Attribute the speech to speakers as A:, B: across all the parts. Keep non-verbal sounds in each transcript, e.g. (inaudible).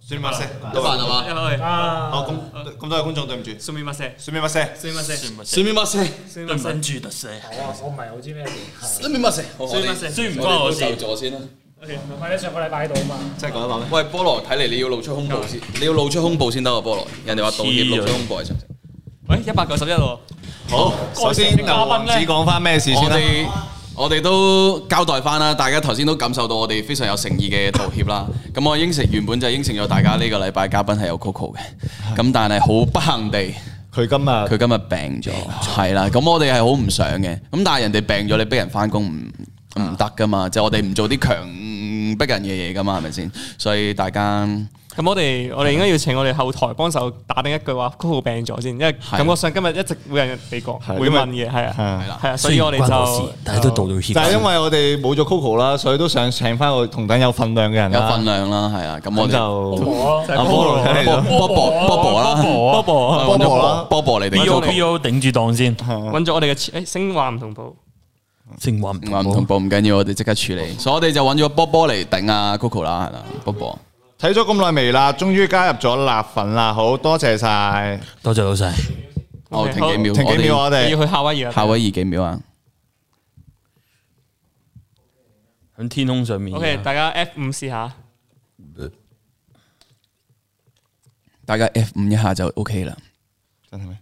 A: 算咪先？
B: 어,
C: 得飯係嘛？
A: 好，咁咁多位觀眾對唔住，
B: すみません。
A: 算咪先？
B: すみません。
C: 算咩乜聲？
B: すみません。
D: 住特寫，
E: 我唔係好知咩事。
C: 算咩乜聲？算
B: 咩聲
D: 雖然唔關我事
C: 受咗先啦。
E: 唔係你上個禮拜喺度啊嘛，
A: 真係講得話咩？
C: 喂，菠蘿，睇嚟你要露出胸部先，你要露出胸部先得啊喎，菠蘿。人哋話道歉露出胸部係正常。
B: 喂，一百九十一喎。
A: 好，首先
B: 嘉賓
A: 就王子
B: 咧
A: 講翻咩事
C: 我
A: 先啦。
C: 哋我哋都交代翻啦，大家頭先都感受到我哋非常有誠意嘅道歉啦。 (laughs) 咁我應承原本就應承咗大家呢個禮拜嘉賓係有 Coco 嘅，咁但係好不幸地
A: 佢今日
C: 佢今日病咗，係啦。咁我哋係好唔想嘅，咁但係人哋病咗，你逼人翻工唔唔得噶嘛，即係我哋唔做啲強逼人嘅嘢噶嘛，係咪先？所以大家
B: 咁我哋我哋應該要請我哋後台幫手打定一句話，Coco 病咗先，因為感覺上今日一直會有人被講
A: 係
B: 會問嘅，係啊，
A: 係
C: 啦
B: 係啊，所以我哋就
D: 但係都道到歉。
A: 就係因為我哋冇咗 Coco 啦，所以都想請翻個同等有份量嘅人
C: 有
A: 啦。
C: 份量啦，係啊。咁
A: 咁
C: 我哋
A: 就
E: 我
A: 阿菠蘿睇嚟就
C: Bobo Bobo 啦
B: 波波
C: 뭐.
D: 아,
A: 波波啦
C: ，Bobo 你哋
D: B O
C: Coco
D: B O 頂住檔先，
B: 揾咗我哋嘅誒聲話唔同步，
D: 正話唔
C: 唔同步嗯唔緊要，我哋即刻處理。所以我哋就揾咗波波嚟頂啊 Coco 啦，係啦，波波。
A: 睇咗咁耐微辣，終於加入咗辣粉啦，好多謝晒。
D: 多謝老細。
C: 我
B: OK，
C: 停幾秒，
A: 停幾秒
C: 我
A: 我
B: 你要
A: 哋。
B: 去夏威夷啊
C: 哋夏威夷幾秒啊？
D: 喺天空上面
B: ？OK，大家 F 음五試下，
C: 大家 F 五一下就 OK 啦。
A: 真係咩？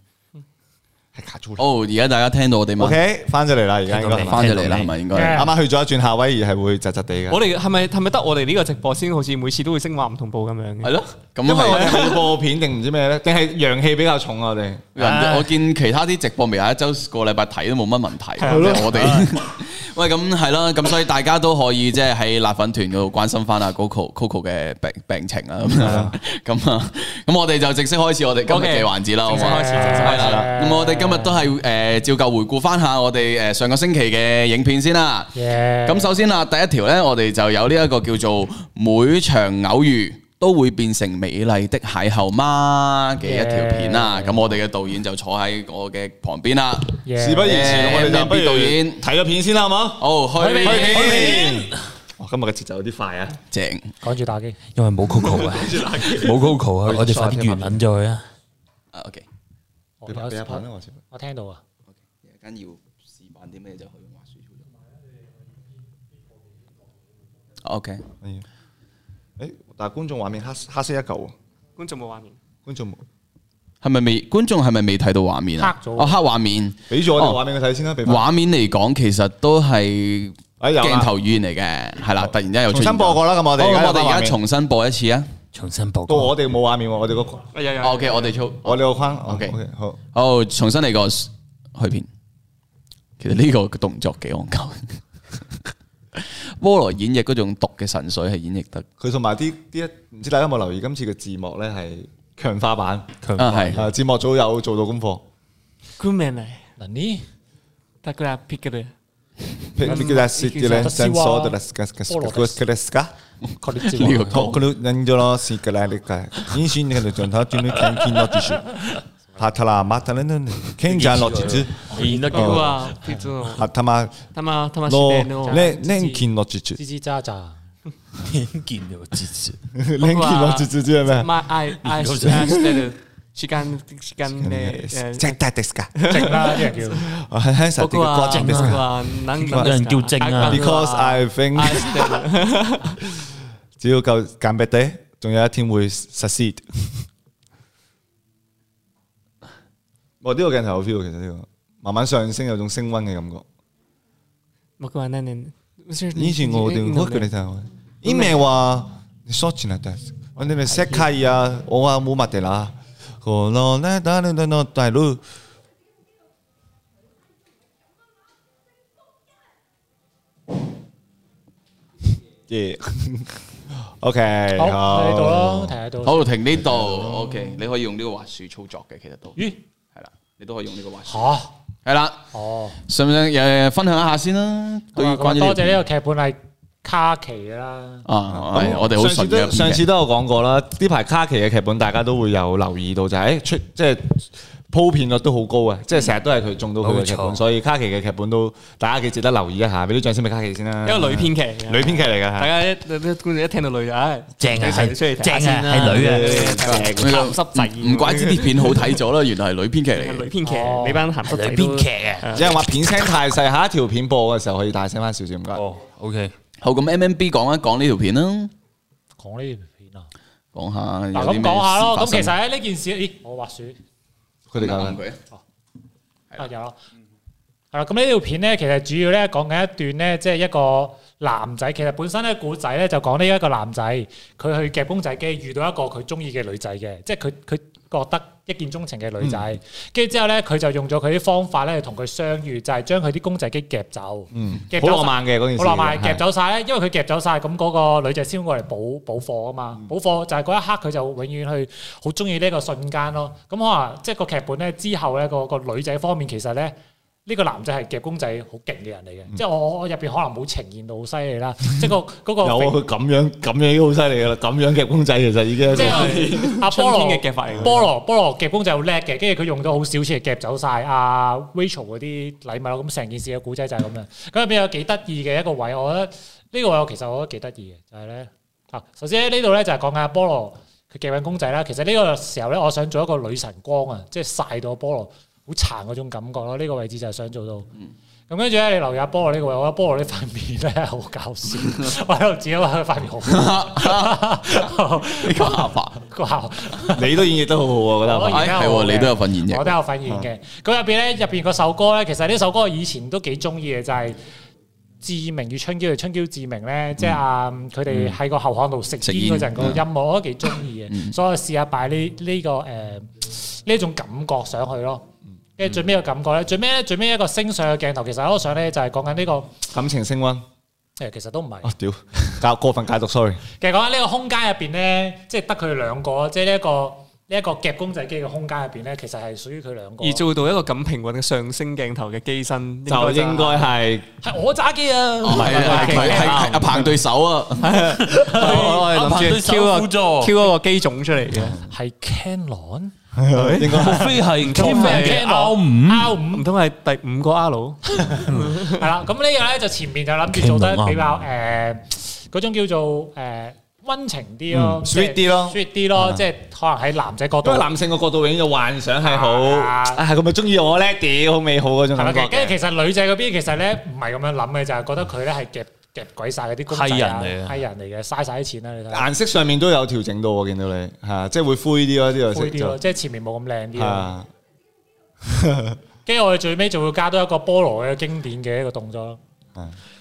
A: 係卡住啦。
C: 哦，而家大家聽到我哋嘛？
A: OK，翻咗嚟啦，而家應該
D: 聽到
A: 係
C: 翻咗嚟啦，係咪應該？
A: 啱啱去咗一轉夏威夷，係會窒窒地嘅。
B: 我哋係咪係咪得我哋呢個直播先好似每次都會聲話唔同步咁樣
C: 係
B: 嘅？
C: 咯，咁
A: 因
C: 啊
A: 為我哋
C: 係
A: 係播片定唔知咩咧，定係陽氣比較重啊！我哋
C: 人哋我見其他啲直播未有一周個禮拜睇都冇乜問題，
B: 係咯啊
C: 即係我哋 (laughs) 喂咁係啦，咁所以大家都可以即係喺辣粉團嗰度關心翻啊 Coco Coco 嘅病病情啦，咁啊咁啊，咁我哋就正式開始我哋今日
B: OK，
C: 嘅環節啦，好唔
B: 正式
C: 好啊
B: 開始，正式
C: 係
B: 開始。
C: 啦，咁我哋今日都係誒照舊回顧翻下我哋誒上個星期嘅影片先啦。咁首先啦，第一條咧，我哋就有呢一個叫做每場偶遇都會變成美麗的邂逅嗎嘅一條片啦。咁我哋嘅導演就坐喺我嘅旁邊啦。
A: 事不宜遲，我哋就不如
C: MB 導演
A: 睇咗片先啦，好冇？
C: 哦，開片
A: 開
C: 開片，
A: 片。哇，今日嘅節奏有啲快啊！
C: 正。
E: 趕住打機，
D: 因為冇 (laughs) Coco 啊，冇 Coco 啊，我哋快啲完撚咗佢啊！
C: 啊，OK，
E: 我
A: 俾
E: 有
A: 拍俾一
E: 時
A: 拍啦，我先。
E: 我聽到啊，
C: 而家要示範啲咩就可以滑鼠操作。OK，
A: 誒，但係觀眾畫面黑黑色一嚿喎，
B: 觀眾冇畫面，
A: 觀眾冇
C: 係咪未？觀眾係咪未睇到畫面啊？
E: 黑咗
C: 哦，黑畫面。
A: 俾咗我哋
C: 哦
A: 畫面佢睇先啦，俾翻。
C: 畫面嚟講，其實都係
A: 誒有啦
C: 鏡頭語言嚟嘅，係啦。突然之間又
A: 重
C: 出現咗
A: 新播過啦，咁我
C: 好
A: 哋
C: 咁
A: 有
C: 我
A: 畫
C: 哋而家
A: 面
C: 重新播一次啊。
D: 重新播
A: 到
D: 歌，
A: 我哋冇畫面喎，我哋個
B: 啊有有有
C: OK，我哋操，
A: 我哋個框。
C: OK
A: OK，好。
C: 好，重新嚟個去片。其實呢個動作幾戇鳩。 (laughs) 菠蘿演繹嗰種毒嘅神髓係演繹得
A: 佢同埋啲啲一唔知大家有冇留意今次嘅字幕咧係強化版，
D: 強
C: 啊，係
A: 啊字幕組有做到功課。
B: Good man 嚟，
E: 嗱呢
B: 得佢啦 pick 嘅咧，
A: Pick the last city and send all the last gas gas gas gas gas。
E: 確定接
C: 呢
E: 喎
C: 個
A: 好，佢都認咗咯，是嘅啦，呢個。以前嘅仲睇轉到天天落住雪，拍塔啦，馬塔咧，傾站落住雪，
D: 你演得幾好啊！
B: 哇 pick 咗，
A: 拍塔嘛，
B: 他媽他媽
A: 攞
B: 是 band
A: 咧拎見落住雪，
E: 吱吱喳喳，
D: 見到節
A: 拎見落住雪知係咩？
B: My I I stand 時間時間咩誒？
A: 正大迪斯噶，
E: 直啦啲人叫，
A: 喺實地嘅過
B: 嗰
A: 程
B: 個啊能
D: 有人叫正啊
A: Because I think 只要夠簡白地，仲有一天會 succeed。我呢個鏡頭有 feel，其實呢個慢慢上升，有種升温嘅感覺。
B: 我話呢呢，
A: 以前我哋嗰句你睇我，依咩話你 s o t 啊，但係我哋咪 set 契啊，我話冇乜地啦，可能咧，但係但係大佬， (laughs) 耶，OK，
E: 好睇到
A: 好，
E: 咯，睇到。
C: 好停呢度。OK，你可以用呢個滑鼠操作嘅，其實都
E: 咦
C: 係啦，你都可以用呢個滑鼠。
E: 嚇
C: 係啦，
E: 哦，
C: 想唔想誒分享一下先啦？對於
E: 咁啊
C: 關於
E: 多謝呢個劇本係卡奇啦，
C: 啊，係我哋好
A: 哦上次
C: 純
A: 都
C: 嘅。
A: 上次都有講過啦，呢排卡奇嘅劇本大家都會有留意到，就係誒出即係普遍率都好高啊！即係成日都係佢中到佢嘅劇
D: 冇
A: 本，
D: 錯
A: 所以卡奇嘅劇本都大家幾值得留意一下，俾啲掌聲俾卡奇先啦。
B: 一個女編劇啊嚟嘅
A: 女編劇嚟㗎，
B: 大
A: 係
B: 家一啲觀眾一聽到女就唉，
D: 正啊
B: 一齊出嚟睇下先啦
D: 正啊係女啊
B: 鹹濕仔，
C: 唔怪之啲片好睇咗啦，原來係女編劇
B: 係啊
C: 嚟
B: 女
C: 嘅。
B: 編
E: 哦
B: 劇，你班鹹濕仔
D: 邊
B: 都
D: 劇啊？
A: 有人話片聲太細，下一條片播嘅時候可以大聲翻少少，唔該。
D: 哦，OK，
C: 好，咁 M M B 講一講呢條片啦，
E: 講呢條片啊，
C: 講下
E: 嗱
C: 有
E: 咁
C: 啲咩
E: 講下咯。咁
C: 事
E: 其
C: 發生
E: 實喺呢件事，咦，我滑雪
A: 佢哋搞緊
C: 問佢
E: 啊有啦，係啦。咁呢條片咧，其實主要咧講緊一段咧，即係一個男仔，其實本身咧古仔咧就講呢一個男仔，佢去夾公仔機遇到一個佢中意嘅女仔嘅，即係佢佢覺得一見鍾情嘅女仔，跟住之後咧佢就用咗佢啲方法咧去同佢相遇，就係將佢啲公仔機夾走，
A: 嗯，
E: 夾
A: 好
E: 走
A: 浪漫嘅嗰件事，
E: 好浪漫，
A: 係嗯
E: 夾走晒咧，因為佢夾走晒，咁嗰個女仔先過嚟補補貨啊嘛，補貨就係嗰一刻佢就永遠去好中意呢個瞬間咯。咁可能即係個劇本咧之後咧，個個女仔方面其實咧。呢個男仔係夾公仔好勁嘅人嚟嘅，
A: 嗯
E: 即係我我入邊可能冇呈現到好犀利啦，即係個嗰個
A: 有啊，佢咁樣咁樣已經好犀利噶啦，咁樣嘅公仔其實已經係一個
E: 即
A: 啊
E: 係阿菠
B: 春
E: 蘿
B: 天嘅夾法嚟㗎
E: 菠蘿菠蘿夾公仔好叻嘅，跟住佢用咗好少錢嚟夾走晒阿 Rachel 嗰啲禮物咯。咁成件事嘅古仔就係咁樣。咁入邊有幾得意嘅一個位，我覺得呢個位我其實我覺得幾得意嘅，就係咧啊，首先呢度咧就係講緊阿菠蘿佢夾緊公仔啦。其實呢個時候咧，我想做一個女神光啊，即係曬到菠蘿好殘嗰種感覺咯。呢、個位置就係想做到。咁跟住咧，你留意阿菠蘿呢個位，我覺得菠蘿呢塊面咧好搞笑， (laughs) 我喺度自己話佢塊面好。
C: 你講下吧。
E: 哇！
A: 你都演繹得好好啊，我覺得係嘛
E: 我而
C: 哎
E: 家
C: 係
E: 我
C: 喎，
E: 嘅
C: 你都有份演
E: 我
C: 繹。
E: 都有份現嘅。咁入邊咧，入邊嗰首歌咧，其實呢首歌我以前都幾中意嘅，就係、志明與春嬌，春嬌志明咧，即係啊，佢哋喺個後巷度食
C: 食
E: 煙
C: 煙
E: 嗰陣嗰個
C: 嗯
E: 音樂，我都幾中意嘅，
C: 嗯
E: 所以我試下擺呢呢個誒呢種感覺上去咯。跟住最尾個感覺咧，最尾咧最尾一個升上嘅鏡頭，其實我想咧就係講緊呢個
A: 感情升温。
E: 誒，其實都唔係。
A: 啊屌，教過分解讀，sorry。
E: 其實講緊呢個空間入邊咧，即係得佢哋兩個，即係呢一個呢一個夾公仔機嘅空間入邊咧，其實係屬於佢兩個。
B: 而做到一個咁平穩嘅上升鏡頭嘅機身，
A: 就應
B: 啊
A: 該係
E: 係我揸機啊！
C: 哦係啊，係佢係阿彭對手啊，
D: 어,
B: 我係
D: 阿彭對
B: 諗住
D: 手
B: 挑個
D: 輔助
B: 挑嗰個機種出嚟嘅，
E: 係 Canon
A: 應該
D: 莫非係
E: Canon
D: Canon 嘅 R 五
E: R 五
B: 唔通係第五個 R 佬？
E: 係啦，咁呢個咧就前面就諗住做得
D: Canon
E: 比較誒嗰種叫做誒温情啲咯
A: 嗯，sweet 啲咯
E: ，sweet 啲咯，即係可能喺男仔角
A: 因
E: 度
A: 為。男性嘅角度永遠就幻想係好，
E: 啊
A: 啊佢咪中意我咧？屌，好美好嗰種
E: 係啦，
A: 感覺
E: 跟住
A: 嘅。
E: 其實女仔嗰邊其實咧唔係咁樣諗嘅，就係覺得佢咧係夾夾鬼晒嗰啲公仔啊，
D: 閪人嚟啊
E: 閪人嚟嘅，嘥晒啲錢啦，你睇
A: 顏色上面都有調整到，我見到你係啊即係會灰啲咯，呢個
E: 灰
A: 色
E: 啲
A: 就
E: 咯，即係前面冇咁靚啲
A: 係
E: 咯。
A: 啊
E: 跟住我哋最尾就會加多一個菠蘿嘅經典嘅一個動作咯。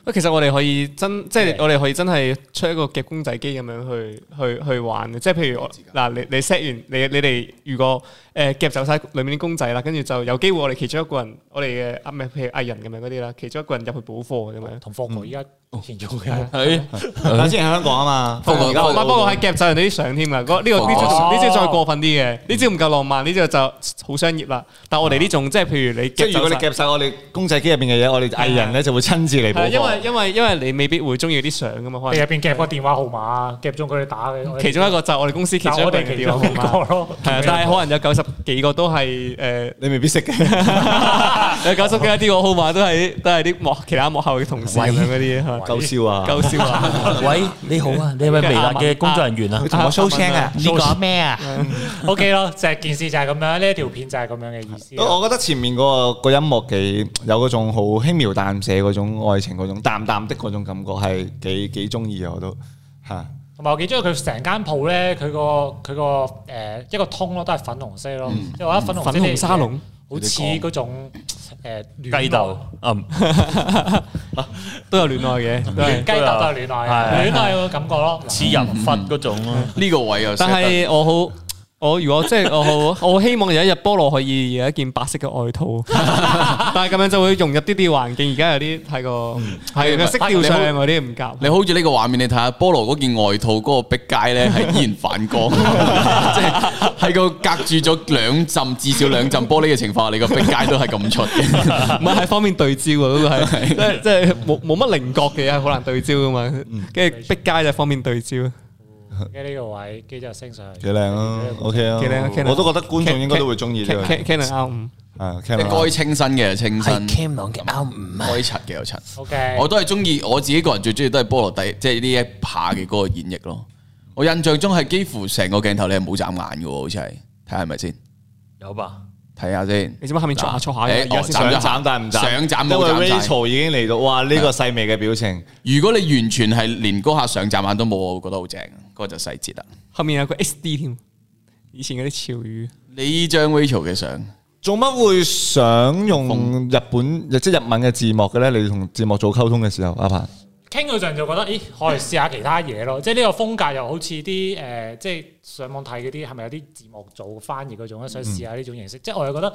B: 喂，其實我哋可以真即係我哋可以真係出一個夾公仔機咁樣去去去玩嘅，即係譬如我嗱你你 set 完你你哋如果誒夾走晒裏面啲公仔啦，跟住就有機會我哋其中一個人，我哋嘅啊唔係譬如藝人咁樣嗰啲啦，其中一個人入去補課咁樣。
E: 同霍哥依家以前做嘅，
D: 係
A: 但之前喺香港啊嘛，
C: 不過
A: 而家
C: 不
B: 唔係，不過係夾走人哋啲相添啊！嗰呢個呢招仲呢招再過分啲嘅，呢招唔夠浪漫，呢招就好商業啦。但我哋呢種即係譬如你
A: 即係
B: 夾
A: 如
B: 走
A: 果你
B: 晒
A: 夾晒我哋公仔機入邊嘅嘢，我哋藝人咧就會親自嚟補
B: 係啊
A: 課。
B: 因為因為因為你未必會中意啲相噶嘛，可
E: 你
B: 能
E: 入邊夾個電話號碼，夾中佢哋打嘅。
B: 啊
E: 我哋
B: 其中一個就係我哋公司其
E: 但
B: 中一
E: 我
B: 個
E: 哋
B: 人嘅
E: 其
B: 電
E: 中
B: 話
E: 一個
B: 號碼。
E: 咯，
B: 係啊，但係可能有九十幾個都係
E: (laughs)
B: 誒， (laughs)
A: 你未必識嘅。
B: 有九十幾個啲個號碼都係都係啲幕其他幕後嘅同事咁樣嗰啲，係嘛
A: 夠笑啊！
B: 夠
A: (laughs)
B: 笑啊！
D: 喂，你好啊，你係咪微辣嘅工作人員啊？
A: 同我 show à? 聲啊！
D: 你講咩啊？
E: (laughs) OK 咯，就係件事就係咁樣，呢一條片就係咁樣嘅意思咯。
A: 我覺得前面嗰個個音樂幾有嗰種好輕描淡寫嗰種愛情嗰種淡淡的嗰種感覺係幾幾中意啊！我都嚇
E: 同埋我幾中意佢成間鋪咧，佢個佢個誒一個通咯，都係粉紅色咯，即係我覺得粉紅色
B: 粉紅沙龍
E: 呢樣嘢好似嗰種誒
D: 雞竇，嗯，
B: (laughs) 都有戀愛嘅，都係
E: 雞竇都係戀愛，啊
D: 係
E: 戀愛嘅感覺咯。
D: 似人佛嗰種咯。
C: 呢個位又識得。
B: 但係我好，我如果即係我好，我 (laughs) 好希望有一日菠蘿可以有一件白色嘅外 (laughs) 套，但係咁樣就會融入啲啲環境。而家有啲太過係嘅色調上嗰啲唔夾。
C: 你好似呢個畫面，你睇下菠蘿嗰件外套嗰個壁街咧，係依然反光，即係喺個隔住咗兩浸至少兩浸玻璃嘅情況下，你個壁街都係咁出嘅。
B: (laughs) 唔係係方面對焦啊，嗰個係 (laughs) 即係即係冇冇乜棱角嘅，好難對焦噶嘛。跟住逼街就係方面對焦，
E: 跟住呢個位，跟住就升上去。
A: 幾靚啊，OK 啊
B: 幾靚啊幾靚，啊
A: 我都覺得觀眾應該都會中意呢個
B: Canon Canon R 五，
A: 啊
C: 即係
A: ，Canon
C: 該清新嘅就清新，
D: 係 Cam 朗嘅 R 五啊，
C: 該柒嘅有柒。
E: OK，
C: 我都係中意我自己個人最中意都係菠蘿底，即係呢一下嘅嗰個演繹咯。我印象中係幾乎成個鏡頭你係冇眨眼嘅喎，好似係睇下係咪先？
D: 有吧？
C: 睇下先。
B: 你知唔知下面戳下戳下嘅？而
C: 誒
B: 家
C: 哦
B: 先
C: 斬
B: 上
C: 咗
A: 想
C: 下
A: 斬但唔斬，
C: 想斬
A: 因
C: 冇斬
A: 為
C: 晒
A: Rachel 已經嚟到，哇！
B: 啊
A: 呢個細微嘅表情，
C: 如果你完全係連嗰下上眨眼都冇，我會覺得好正。嗰個就細節啦。
B: 後面有個 SD 添，以前嗰啲潮語。
C: 呢張 Rachel 嘅相，
A: 做乜會想用日本即係日文嘅字幕嘅咧？你同字幕做溝通嘅時候，阿鵬
E: 傾嗰陣就覺得，咦，可以試下其他嘢咯。即 (laughs) 係呢個風格又好似啲誒，即係上網睇嗰啲係咪有啲字幕組翻譯嗰種咧？想試下呢種形式。即係我又覺得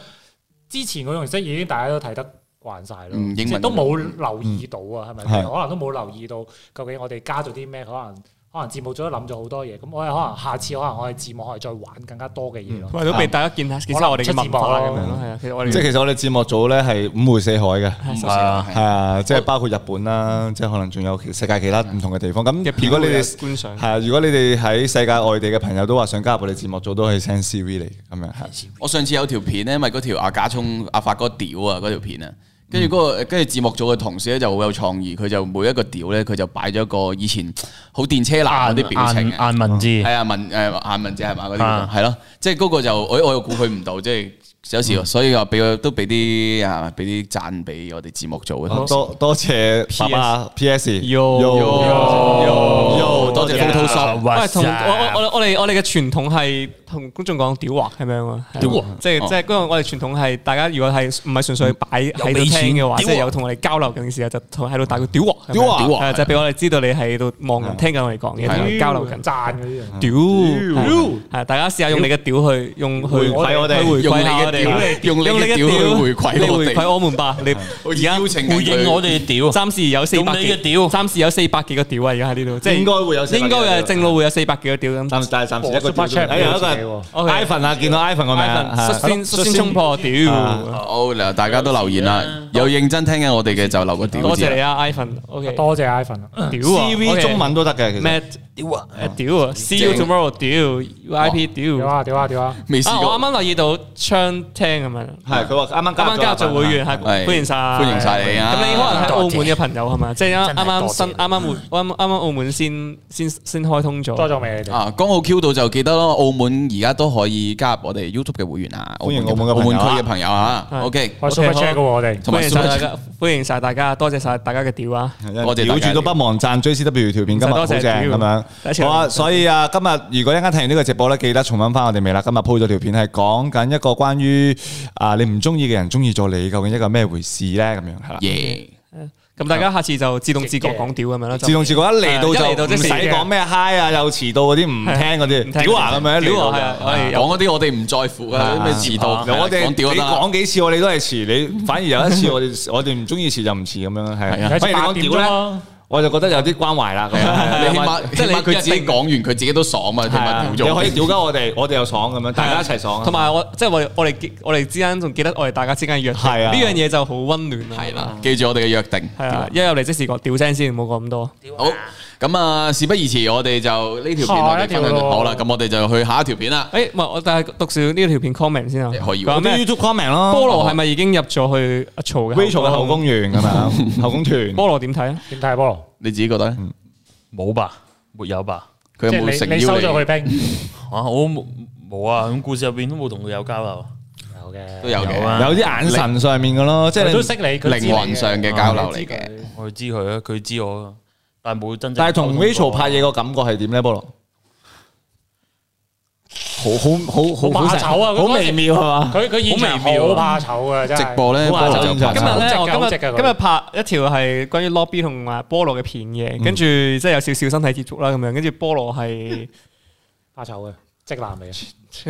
E: 之前嗰種形式已經大家都睇得慣晒咯，
C: 嗯
E: 即
C: 英
E: 係
C: 文
E: 都冇留意到啊，係咪？
A: 係
E: 可能都冇留意到究竟我哋加咗啲咩？可能可能字幕組都諗咗好多嘢。咁我哋可能下次可能我哋字幕可以再玩更加多嘅嘢咯。
C: 嗯
B: 為咗俾大家見下見識我哋嘅文化咁樣咯，係啊，其實我哋
A: 即係其實我哋節目組咧係五湖四海嘅。
D: 係啊，
A: 係啊，即係包括日本啦，即係可能仲有其世界其他唔同嘅地方。咁
B: 入
A: 如
B: 邊
A: 果你
B: 會有
A: 哋
B: 觀賞
A: 係啊，如果你哋喺世界外地嘅朋友都話想加入我哋節目組，都可以 send CV 嚟咁樣
B: E
A: 係。
C: 我上次有條片咧，咪嗰條阿假聰阿發哥屌啊嗰條片啊，跟住嗰個跟住字幕組嘅同事咧就好有創意，佢就每一個屌咧，佢就擺咗一個以前好電車男嗰啲表情
D: 眼
C: 嘅。
D: 眼嗯文字
B: 哦
D: 哎
C: 係啊，文誒眼文字係嘛嗰
D: 啊
C: 啲，係咯，即係嗰個就我我又估佢唔到，即係有
D: 嗯
C: 時所以話俾佢都俾啲啊俾啲讚俾我哋字幕組嘅同事。
A: 哦多多謝爸爸 E PS。
B: E
C: Yo，多謝 Photoshop，
D: 哇
B: 喂，同
D: 塞
B: 我我我我哋我哋嘅傳統係同觀眾講屌話咁樣啊，
D: 屌話
B: 即係即係嗰個我哋傳統係大家如果係唔係純粹擺喺度聽嘅話，
D: 有俾
B: 即係
D: 錢
B: 有同我哋交流緊嘅時候，就同喺度打個屌話咁樣，
A: 屌話
B: 係啊就俾我哋知道你喺度望人聽緊我哋講嘢，同我哋交流緊。
E: 讚嗰啲啊。
B: 屌，係啊大家試下用你嘅屌去用去
A: 回饋我哋
B: 去回
C: 用你
B: 饋下
C: 嘅
B: 我哋
C: 屌，用你
B: 用你
C: 嘅
B: 嘅
C: 屌
B: 屌
C: 去回饋
B: 你
C: 我
B: 回
C: 哋，
B: 饋我們吧，你
C: 而家邀請緊佢
D: 回應我哋屌，
B: 暫時有四百
D: 用你
B: 幾
D: 嘅屌
B: 暫時有四百幾個屌啊！而家喺呢度，即係
A: 應該會有400幾個屌
B: 應該會正路會有四百幾個屌咁。
A: 暫但係暫時一個
E: 我
A: 挑
E: super
A: 戰
E: chat
A: 哎有一個
E: 俾我
A: i p h o n e 啊，見到 i p h o n e 個名啊，
B: 率先率先衝破屌，
A: 啊
C: 好嗱，大家都留言啦，有認真聽緊我哋嘅就留個屌字
B: 多謝你啊，Ivan。OK，屌啊
E: 多謝 Ivan 啊。
C: 嗯
A: CV 中文都得嘅，其實
B: Matt 屌啊屌啊，See you tomorrow 屌，UIP
E: 屌
B: 屌。
E: 啊屌啊屌啊！
C: 未試
B: 啊，
C: 過
B: 我啱，啱留意到窗廳咁樣，
A: 係佢話啱啱
B: 啱啱加入做會員，係
C: 係
B: 歡迎晒，
C: 歡迎晒你啊
B: 咁你可能喺澳門嘅朋友係嘛？即係啱
D: 真係
B: 啱
D: 多謝
B: 新啱啱澳啱啱澳門先先先開通咗。
E: 多咗未你哋？
C: 啊，剛好 Q 到就記得咯，澳門而家都可以加入我哋 YouTube 嘅會員啊，
A: 歡迎
C: 澳
A: 澳門
C: 門
A: 嘅朋友啊
C: 區嘅朋友啊
B: 係
C: ，OK，
E: 我 super
B: OK，好
E: chat 嘅喎我哋。
C: 同埋
B: 歡迎晒
C: Super
B: 大家，歡迎晒大家，多謝晒大家嘅屌啊！
C: 多謝大
A: 屌
C: 家
A: 住都不忘讚 JCW 條片今日好正
B: 多謝
A: 咁
B: 多
A: 樣，
B: 謝
A: 好啊！所以啊，今日如果一陣間睇完呢個直播咧，記得重温翻我哋未啦。今日鋪咗條片係講緊一個關於啊你唔中意嘅人中意咗你，究竟一個咩回事咧？咁樣係啦。
C: 耶，
B: 咁大家下次就自動自覺講屌咁樣啦。就
A: 自動自覺一嚟
B: 一嚟
A: 到就
B: 到即
A: 唔
B: 係
A: 使
B: 死嘅
A: 講咩 hi 啊，又遲到嗰啲唔聽嗰
B: 唔聽
A: 啲，屌啊咁樣，
B: 屌啊係
A: 係
B: 啊我哋有
C: 講嗰啲我哋唔在乎啊，咩遲到，啊
A: 我哋
C: 講屌都
A: 你
C: 得啦
A: 講幾次我哋都係遲，你反而有一次我哋我哋唔中意遲就唔遲咁樣，係
C: 係
A: 啊。
C: 啊
A: 反而你講屌咧，
E: 嘛，
A: 我就覺得有啲關懷啦。咁
C: 你起碼
B: 即
C: 即
B: 係你
C: 啊係佢自己講完，佢自己都爽嘛，佢咪
A: 樣
C: 屌
A: 啊你可
C: 咗
A: 以。屌鳩我哋，我哋又爽咁樣，大家一齊爽。啊
B: 同埋我即係我我哋記我哋之間仲記得我哋大家之間嘅約定，
A: 係啊
B: 呢樣嘢就好温暖啊！
C: 係啦，記住我哋嘅約定。
B: 係啊，一入嚟即時講屌聲先，唔好講咁多。
C: 好，咁啊，事不宜遲，我哋就呢條片我哋分
E: 下一
C: 享
E: 條咯
C: 好啦，咁我哋就去下一條片
A: 啊
C: 啦。
B: 誒，唔係我但係讀少呢條片 comment 先啊。
C: 可以
B: 佢話
A: 有
B: 咩
A: 啲 YouTube comment 咯，
B: 菠蘿係咪已經入咗去阿曹嘅
A: Rachel 嘅後宮園咁樣，後宮團。
B: 菠蘿點睇啊？
E: 點睇啊菠蘿？
C: 你自己覺得咧？
D: 冇吧？沒有吧？
C: 佢有
E: 即係
C: 冇
E: 你
C: 誠
E: 你收咗
C: 邀
E: 佢
C: 你？
E: 兵，
D: 啊，我冇冇啊！咁故事入邊都冇同佢有交流。
E: 有
C: 都
E: 嘅，
C: 有
D: 有
C: 嘅
D: 啊，
A: 有啲眼神上面嘅咯，即係
E: 佢
A: 你
E: 都識你，佢知你
C: 靈魂上嘅交流嚟
E: 知佢
C: 嘅。
D: 我知佢啊，佢知我啊，但係冇真正。
A: 但係同 Rachel 拍嘢個感覺係點咧？菠蘿，好好好
E: 好怕醜啊！佢
A: 好微妙係
E: (laughs)
A: 嘛？
E: 佢佢現場好怕醜啊，真係
C: 直播咧，
A: 好啊
C: 菠蘿就
A: 就
C: 拍
A: 咁
B: 今
A: 啊
B: 日咧，
E: 好
B: 我
E: 直嘅好直
B: 今日
E: 嘅佢
B: 今日拍一條係關於 lobby 同埋菠蘿嘅片嘅，跟住即係有少少身體接觸啦，咁樣跟住菠蘿係。
E: 怕醜嘅，直男嚟嘅。
B: (laughs) 就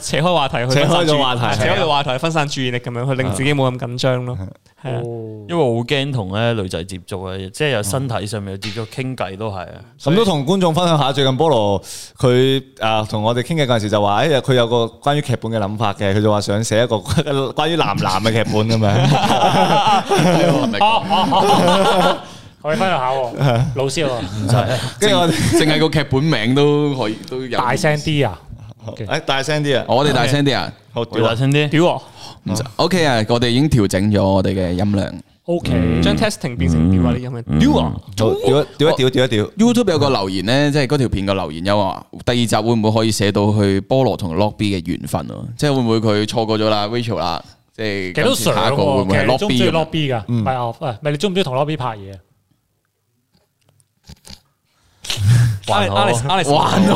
B: 扯開話題去
A: 扯開咗
B: 分散注意
A: 話題啊
B: 扯開咗話題分散注意力咁樣，去令自己冇咁緊張咯。係啊，
E: 哦
D: 因為我好驚同咧女仔接觸啊，即
B: 嗯
D: 係有身體上面有接觸，傾偈都係啊。
A: (laughs) 咁都同觀眾分享下最近菠蘿佢啊同我哋傾偈嗰陣時就話，哎呀佢有個關於劇本嘅諗法嘅，佢就話想寫一個 (laughs) 關於男男嘅劇本咁樣。
C: 係咪講
E: 哦可以翻去考喎，老師喎，
A: 跟住我哋
C: 淨係個劇本名都可以都有
E: 大聲啲啊！
A: 诶大聲啲啊！
C: 我哋大聲啲啊！
A: 好
D: 回大聲啲，
B: 屌啊我，
C: 唔使 OK 啊，我哋已經調整咗我哋嘅音量。
E: O
A: 嗯
E: K，
B: 將 testing 變成屌啊啲音嘅屌啊，
A: 屌屌屌一屌屌一屌，
C: YouTube 有個留言咧，即係嗰條片嘅留言有話，第二集會唔會可以寫到去菠蘿同 Lobby 嘅緣分啊？即係會唔會佢錯過咗啦，Rachel 啦，即係
E: 其實都
C: 今次
E: 常
C: 下一個會唔會
E: 喎，其實
C: 係
E: 你中唔中意
C: Lobby？
E: lobby 噶？唔係我，唔係你中唔中意同 lobby 拍嘢啊？
D: 還好啊
B: 哎 Alex Alex
C: 還
D: 還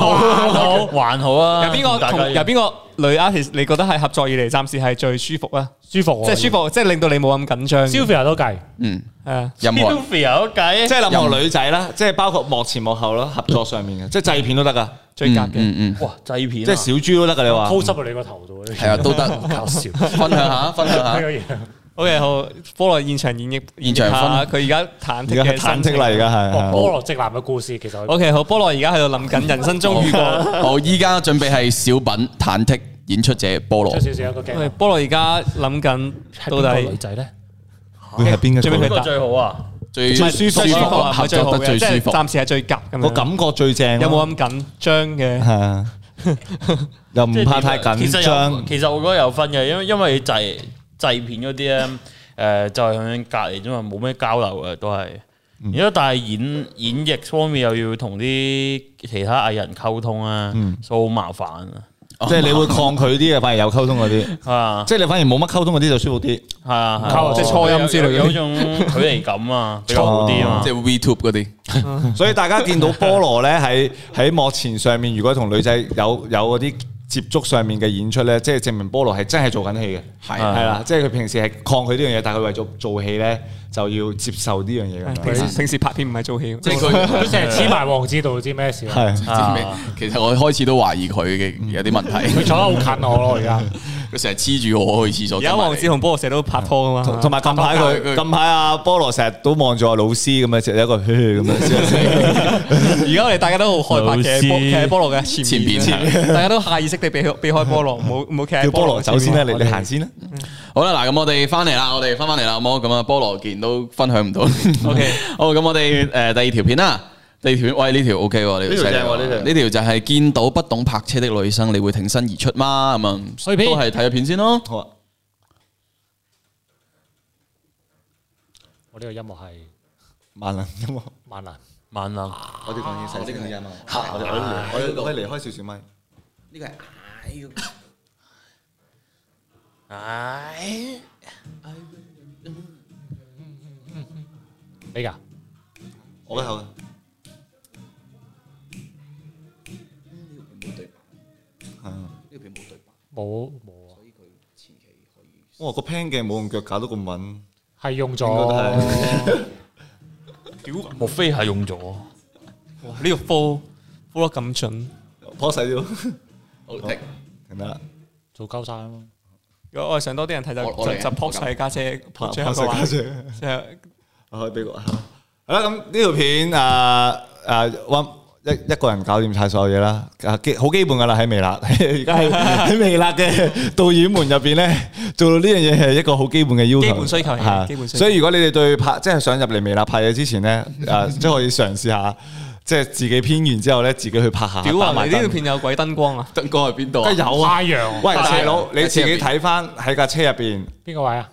D: 好， (laughs) 還好
B: (laughs)
D: 啊！
B: 有邊個
D: 大家
B: 同有邊個女 artist 你覺得係合作以嚟暫時係最舒服啊？
E: 舒服
B: 即
E: 喎，
B: 係舒服，即係令到你冇咁緊張。啊
E: Sylvia 都計，
C: 嗯，
B: 係啊，
C: 任何人
D: (laughs) Sylvia 都計，
A: 即
D: 即
A: 係任何女仔啦，即係包括幕前幕後啦，合作上面嘅，即係製片都得噶，
B: 最夾嘅。
C: 嗯嗯，
D: 哇製片
A: 即係
D: 啊，
A: 小豬都得噶，你話
E: 鋪濕到你個頭度，
C: 係
E: (laughs)
C: 啊，都得。
E: 搞笑
C: 分享下，分享
E: 呢
C: 下
E: (laughs) 個。嘢。
B: OK，好，菠蘿現場演繹
C: 現場
B: 下
C: 分
B: 佢而家忐
A: 而
B: 忑
A: 家
B: 嘅
A: 忐
B: 忐
A: 忑
B: 忑
A: 啦，而。家
E: 哦
A: 係
E: 菠蘿直男嘅故事其實
B: OK，好，菠蘿而家喺度諗緊人生中遇過。
C: 好，我依家準備係小品忐忑演出者菠
E: 出
C: 蘿。
E: 少少一個
B: 喂，
E: 鏡頭。
B: 菠蘿而家諗緊到
E: 係邊個
B: 底
E: 女仔咧？
A: 會係邊
B: 最尾
D: 邊
A: 個？
D: 個最好啊？
C: 最
B: 唔係
C: 舒服
B: 最
C: 啊
B: 啊
C: 合
B: 唔係最啊好
C: 作得
B: 嘅，
C: 最
B: 即係
C: 舒服。
B: 暫時係最夾咁
A: 個
B: 樣。
A: 感覺最正咯，
B: 有冇咁緊張嘅？
A: 係啊？又唔怕太
D: 啊其實
A: 緊
D: 有
A: 張，
D: 其實我覺得有分嘅，因為因為製製片嗰啲咧，誒、就係響隔離啫嘛，冇咩交流嘅都係。
B: 嗯
D: 而家但係演演繹方面又要同啲其他藝人溝通啊，
B: 嗯
D: 所以好麻煩啊，
A: 即係你
C: 哦
A: 會抗拒啲嘅，反而有溝通嗰啲，
D: 係啊，
A: 即係你反而冇乜溝通嗰啲就舒服啲。
D: 係啊，係
B: 溝嗯
D: 啊
B: 即係初音之類嗰啲
D: 有有有種距離感
B: (laughs)
D: 啊，比較好啲啊嘛
C: 即。係 VTube 嗰啲，
A: 所以大家見到菠蘿咧喺喺幕前上面，如果同女仔有有嗰啲接觸上面嘅演出咧，即係證明菠蘿係真係做緊戲嘅，
C: 係
A: 係啦，即係佢平時係抗拒呢樣嘢，但係佢為咗做戲咧就要接受呢樣嘢咁
B: 平
A: 樣。
B: 時平時拍片唔係做戲，
C: 即係佢。
E: 佢成日黐埋黃之道，知咩事啊？
A: 係
D: 啊
C: 其實我開始都懷疑佢嘅有啲問題，
E: (laughs) 佢坐得好近我咯，而 (laughs) 家
C: 佢成日黐住我去廁所。
B: 而家王子同菠蘿成日都拍拖啊嘛
A: 同。同埋近排佢近排阿菠蘿成日都望住阿老師咁樣，就有一個嘘咁 (laughs) 樣。
B: 而家我哋大家都好害怕企喺
D: 老
B: 菠
D: 師
B: 企喺菠蘿嘅前面
C: 前面
B: 大家都下意識地避開避開菠蘿，唔好唔好企喺
A: 叫菠蘿走先啦，
B: 前
A: 你
B: 面
A: 你行。先啦。
C: 好啦，嗱，咁我哋翻嚟啦，我哋翻翻嚟啦，好冇？咁啊，菠蘿見都分享唔到。
B: OK
C: (laughs) 好，咁我哋诶第二條片啦，第二條片，喂呢條 OK 喎，呢條
A: 呢條正喎
C: 犀利
A: 呢條
C: 呢條就係見到不懂泊車的女生，你會挺身而出嗎？咁啊，
E: 去片
C: 都係睇下片先咯。
A: 好啊，
E: 我呢個音樂係
A: 萬能音樂，
E: 萬能。
D: 萬能
A: 我哋講嘢細聲啲啊嘛。我哋我哋我哋離開少少咪。
C: 呢個係
D: 唉，
E: 你噶？
A: 我啊嘅口。
E: 冇冇啊？
A: 哇！個 pan 鏡冇用腳搞到咁穩，
E: 係用咗
A: 應該都係。
D: 莫非係用咗？
B: 哇呢個 full full 得咁準，
A: 破細咗，
C: 好停
A: 明 (laughs) 白啦。
E: 做鳩晒咯。
B: 如果我哋想多啲人睇就
C: 我我嚟
B: 就就
C: 啊我
B: 撲
C: 嚟
B: 晒家姐，
A: 破
B: 撲
A: 破
B: 最後一個
A: 細
B: 話
A: 家
B: 題，
A: 姐， (laughs)
B: 即係
A: 我啊可以俾個。好啦，咁呢條片啊啊，温一一個人搞掂晒所有嘢啦，啊基好基本噶啦喺微辣， (laughs) 而
B: (laughs)
A: 家喺喺微辣嘅導演們入邊咧，做到呢樣嘢係一個好基本嘅要求，
B: 基本需求嚟嘅
A: 係
B: 基本需求
A: 所以如果你哋對拍即係想入嚟微辣拍嘢之前咧，
B: (laughs)
A: 啊即係可以嘗試下，即係自己編完之後咧，自己去拍下。
B: 屌
A: 打
B: 啊！
A: 埋
B: 你呢條
A: 燈
B: 片有鬼燈光啊！
C: 燈光喺邊度啊？
A: 梗係有啊
E: 太！陽
A: 喂，
C: 架車
A: 大佬，你
C: 架車
A: 自
C: 入
A: 己
C: 邊
A: 睇翻喺架車入邊。
E: 邊個位啊？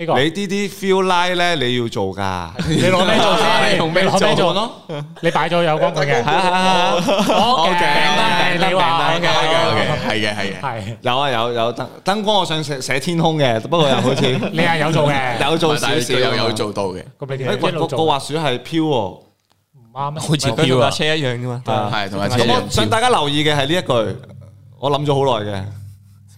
E: 呢個
A: 你呢啲 feel line 咧，你要做噶。
E: 你攞咩做先？
C: 你用咩
E: 你攞
C: 做
E: 咩做咯？你擺咗有關佢嘅。好
C: 哎
E: 嘅，
C: OK，OK，OK，OK，OK，
E: 你話
C: OK OK，係嘅係嘅。
E: 係
A: 有啊有有燈燈光，我想寫寫天空嘅，不過又好似
E: 你係有做嘅。
A: 有做少啊
C: 但係
A: 少，
C: 佢又有。做到嘅，
E: 咁你
A: 誒，
E: 哋一
A: 個
E: 路
A: 個
E: 做
A: 滑鼠係飄喎。
E: 唔啱咩？
D: 好
B: 唔
D: 似
B: 係佢同
D: 標
B: 架
D: 啊！
B: 車一樣啫嘛。
A: 啊
C: 係同埋車一
A: 咁我想
C: 樣。
A: 大家留意嘅係呢一句，我諗咗好耐嘅。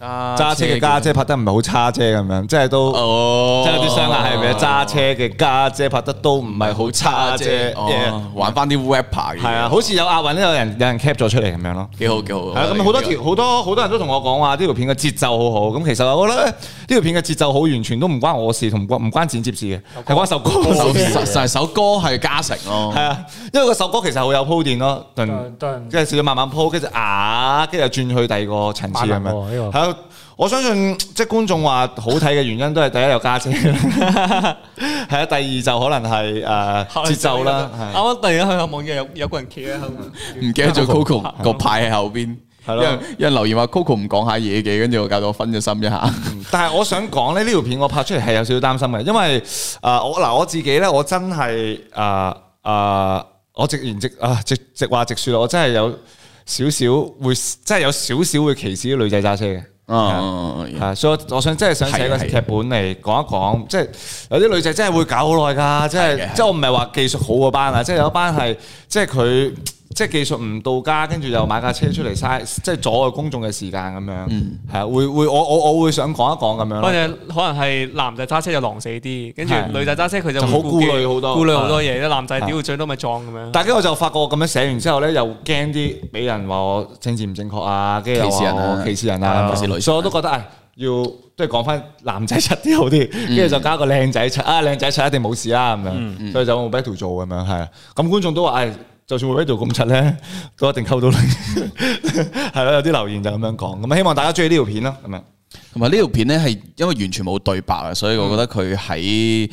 A: 揸
C: 揸
A: 車嘅家姐拍得唔係好差啫，咁樣即係都
C: 哦
A: 即係有啲雙眼係咪？揸車嘅家姐拍得都唔係好差啫。
C: 哦，玩翻啲 rapper 嘅嘢，
A: 係啊，好似有押韻，有人有人 cap 咗出嚟咁樣咯。
C: 幾好幾好。
A: 係啊，咁好多條好多好多人都同我講話呢條片嘅節奏好好，咁其實我覺得呢條片嘅節奏好，完全都唔關我事，同唔關唔關剪接事嘅，係關首歌
C: 首
A: 事。
C: 首首首歌係加成咯
A: 係，啊，因為個首歌其實好有鋪墊咯，
E: 噔
A: 跟
E: 噔
A: 住少少慢慢鋪，跟住啊，跟住又轉去第二個層次咁
E: 萬能喎呢
A: 樣。
E: 個
A: 係啊，有我相信即係觀眾話好睇嘅原因都係第一有家姐， (laughs) 係啊，第二就可能係誒節奏啦，
B: 啱
A: 係
B: 啱突然間向望嘅有有個人企喺後面，
C: 唔記得咗 Coco 個牌喺後邊，
A: 係
C: 有
A: 咯
C: 人有人留言話 Coco 唔講下嘢嘅，跟住我搞到我分咗心一下。
A: 但係我想講咧，呢條片我拍出嚟係有少少擔心嘅，因為誒、呃我嗱我自己咧，我真係誒誒，我直言直啊直直話直説啦，我真係有少少會，真係有少少會歧視啲女仔揸車嘅。
C: 哦，
A: 係，所以我我想嗯真係想寫個劇本嚟講一講，即係有啲女仔真係會搞好耐㗎，即
C: 係嘅係嘅
A: 係即係我唔係話技術好嗰班啊，即係有一班係即係佢即係技術唔到家，跟住又買架車出嚟嘥，即係阻礙公眾嘅時間咁樣，係啊，會會我我我會想講一講咁樣
B: 或
A: 咯，
B: 者可能係男仔揸車就狼死啲，跟住
A: 係
B: 女仔揸車佢就
A: 就好顧慮
B: 忌
A: 好多
B: 顧慮好多嘢。啲男仔
A: 係
B: 屌最多咪撞咁樣。
A: 但係跟住我就發覺我咁樣寫完之後咧，又驚啲俾人話我政治唔正確啊，跟住又
C: 歧視
A: 話
C: 人啊
A: 我歧視人啊，
C: 歧視女
A: 所以我都覺得唉，要都係講翻男仔出啲好
C: 嗯
A: 啲，跟住就加個靚仔出啊，靚仔出一定冇事啦咁樣，
C: 嗯
A: 所以就冇 battle 做咁樣係啊。咁觀眾都話唉，就算冇 battle 咁出咧， (laughs) 都一定溝到你係咯。有啲留言就咁樣講，咁希望大家中意呢條片啦咁樣。
C: 同埋呢條片咧係因為完全冇對白啊，所以我覺得佢喺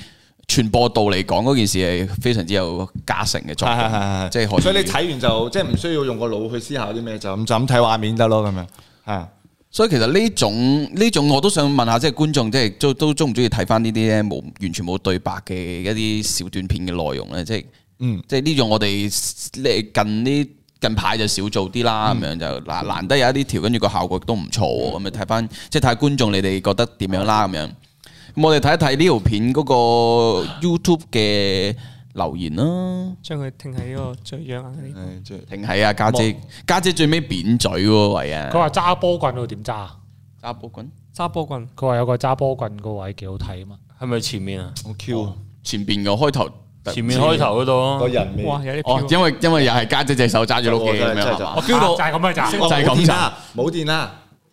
C: 傳播度嚟講嗰件事係非常之有加成嘅作
A: 係係係
C: 用，
A: 係
C: 即係可以
A: 所以你睇完就即係唔需要用個腦去思考啲咩，就咁就咁睇畫面得咯咁樣係啊。
C: 所以其實呢種呢種我都想問下，即係觀眾，即係都都中唔中意睇翻呢啲咧冇完全冇對白嘅一啲小短片嘅內容咧？即係
A: 嗯，
C: 即係呢種我哋咧近呢近排就少做啲啦，咁樣就難難得有一啲條，跟住個效果都唔錯喎。咁啊睇翻即係睇下觀眾你哋覺得點樣啦，咁樣。咁我哋睇一睇呢條片嗰個 YouTube 嘅留言啦。
B: 將佢停喺個最養眼嗰
A: 誒即係
C: 停喺啊家姐，家姐最尾扁嘴喎，喂
E: 佢
C: 啊！
E: 話揸波棍嗰度點揸啊？
C: 揸波棍
B: 啲揸波棍，
E: 佢話有個揸波棍個位幾好睇啊嘛。
D: 係咪前面啊？
A: 好 Q 啊
C: 前邊嘅開頭，
D: 前面開頭嗰度啊
A: 個
D: 咯，
A: 人味。
B: 哇有啲
C: 哦，
B: 飄。
C: 因為因為又係家姐隻手揸住碌機咁
A: 真係
C: 樣係嘛
A: 我
E: 飆到就係咁樣咋。
C: 就係咁咋，
A: 哦冇電啦，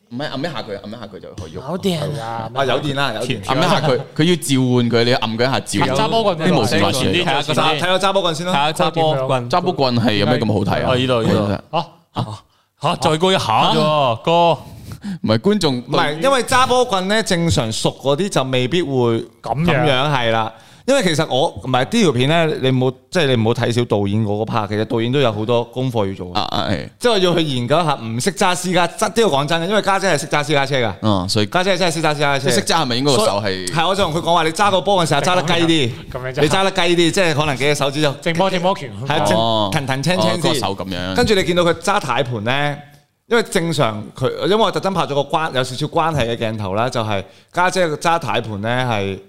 C: 唔係按一下佢，按一下佢就可以喐。
E: 有啲人啊，
A: 啊有電啦，有電。
C: 按一下佢，佢要召喚佢，你要按佢一下召
E: 揸波
C: 喚。
E: 棍
C: 啲無線
D: 前
C: 電視
D: 啲
B: 係啊
D: 前
A: 揸睇
D: 啲，
A: 我揸波棍先
B: 係
A: 啦。
B: 啊，揸波棍。
C: 揸波棍係有咩咁好睇啊？
D: 哦呢度呢度
E: 啊，
D: 吓再高一下啫喎，哥
C: 唔係觀眾
A: 唔係，因為揸波棍咧，正常熟嗰啲就未必會
E: 咁樣
A: 咁樣係啦。因為其實我唔係呢條片咧，你冇即係你唔好睇小導演嗰個 part，其實導演都有好多功課要做
C: 啊。啊係，
A: 即係我要去研究一下唔識揸私家，真都要講真嘅，因為家姐係識揸私家車㗎。
C: 嗯，所以
A: 家姐真係識揸私家車，
C: 識揸係咪應該個手係
A: 係，我就同佢講話，你揸個波嘅時候揸得雞
E: 咁
A: 啲，
E: 樣揸
A: 你揸得雞啲，即係可能幾隻手指就
E: 正波正波拳。
A: 係正
C: 哦
A: 騰騰青青
C: 哦
A: 先
C: 個手咁樣。
A: 跟住你見到佢揸軚盤咧，因為正常佢，因為我特登拍咗個關有少少關係嘅鏡頭啦，就係、家姐揸軚盤咧係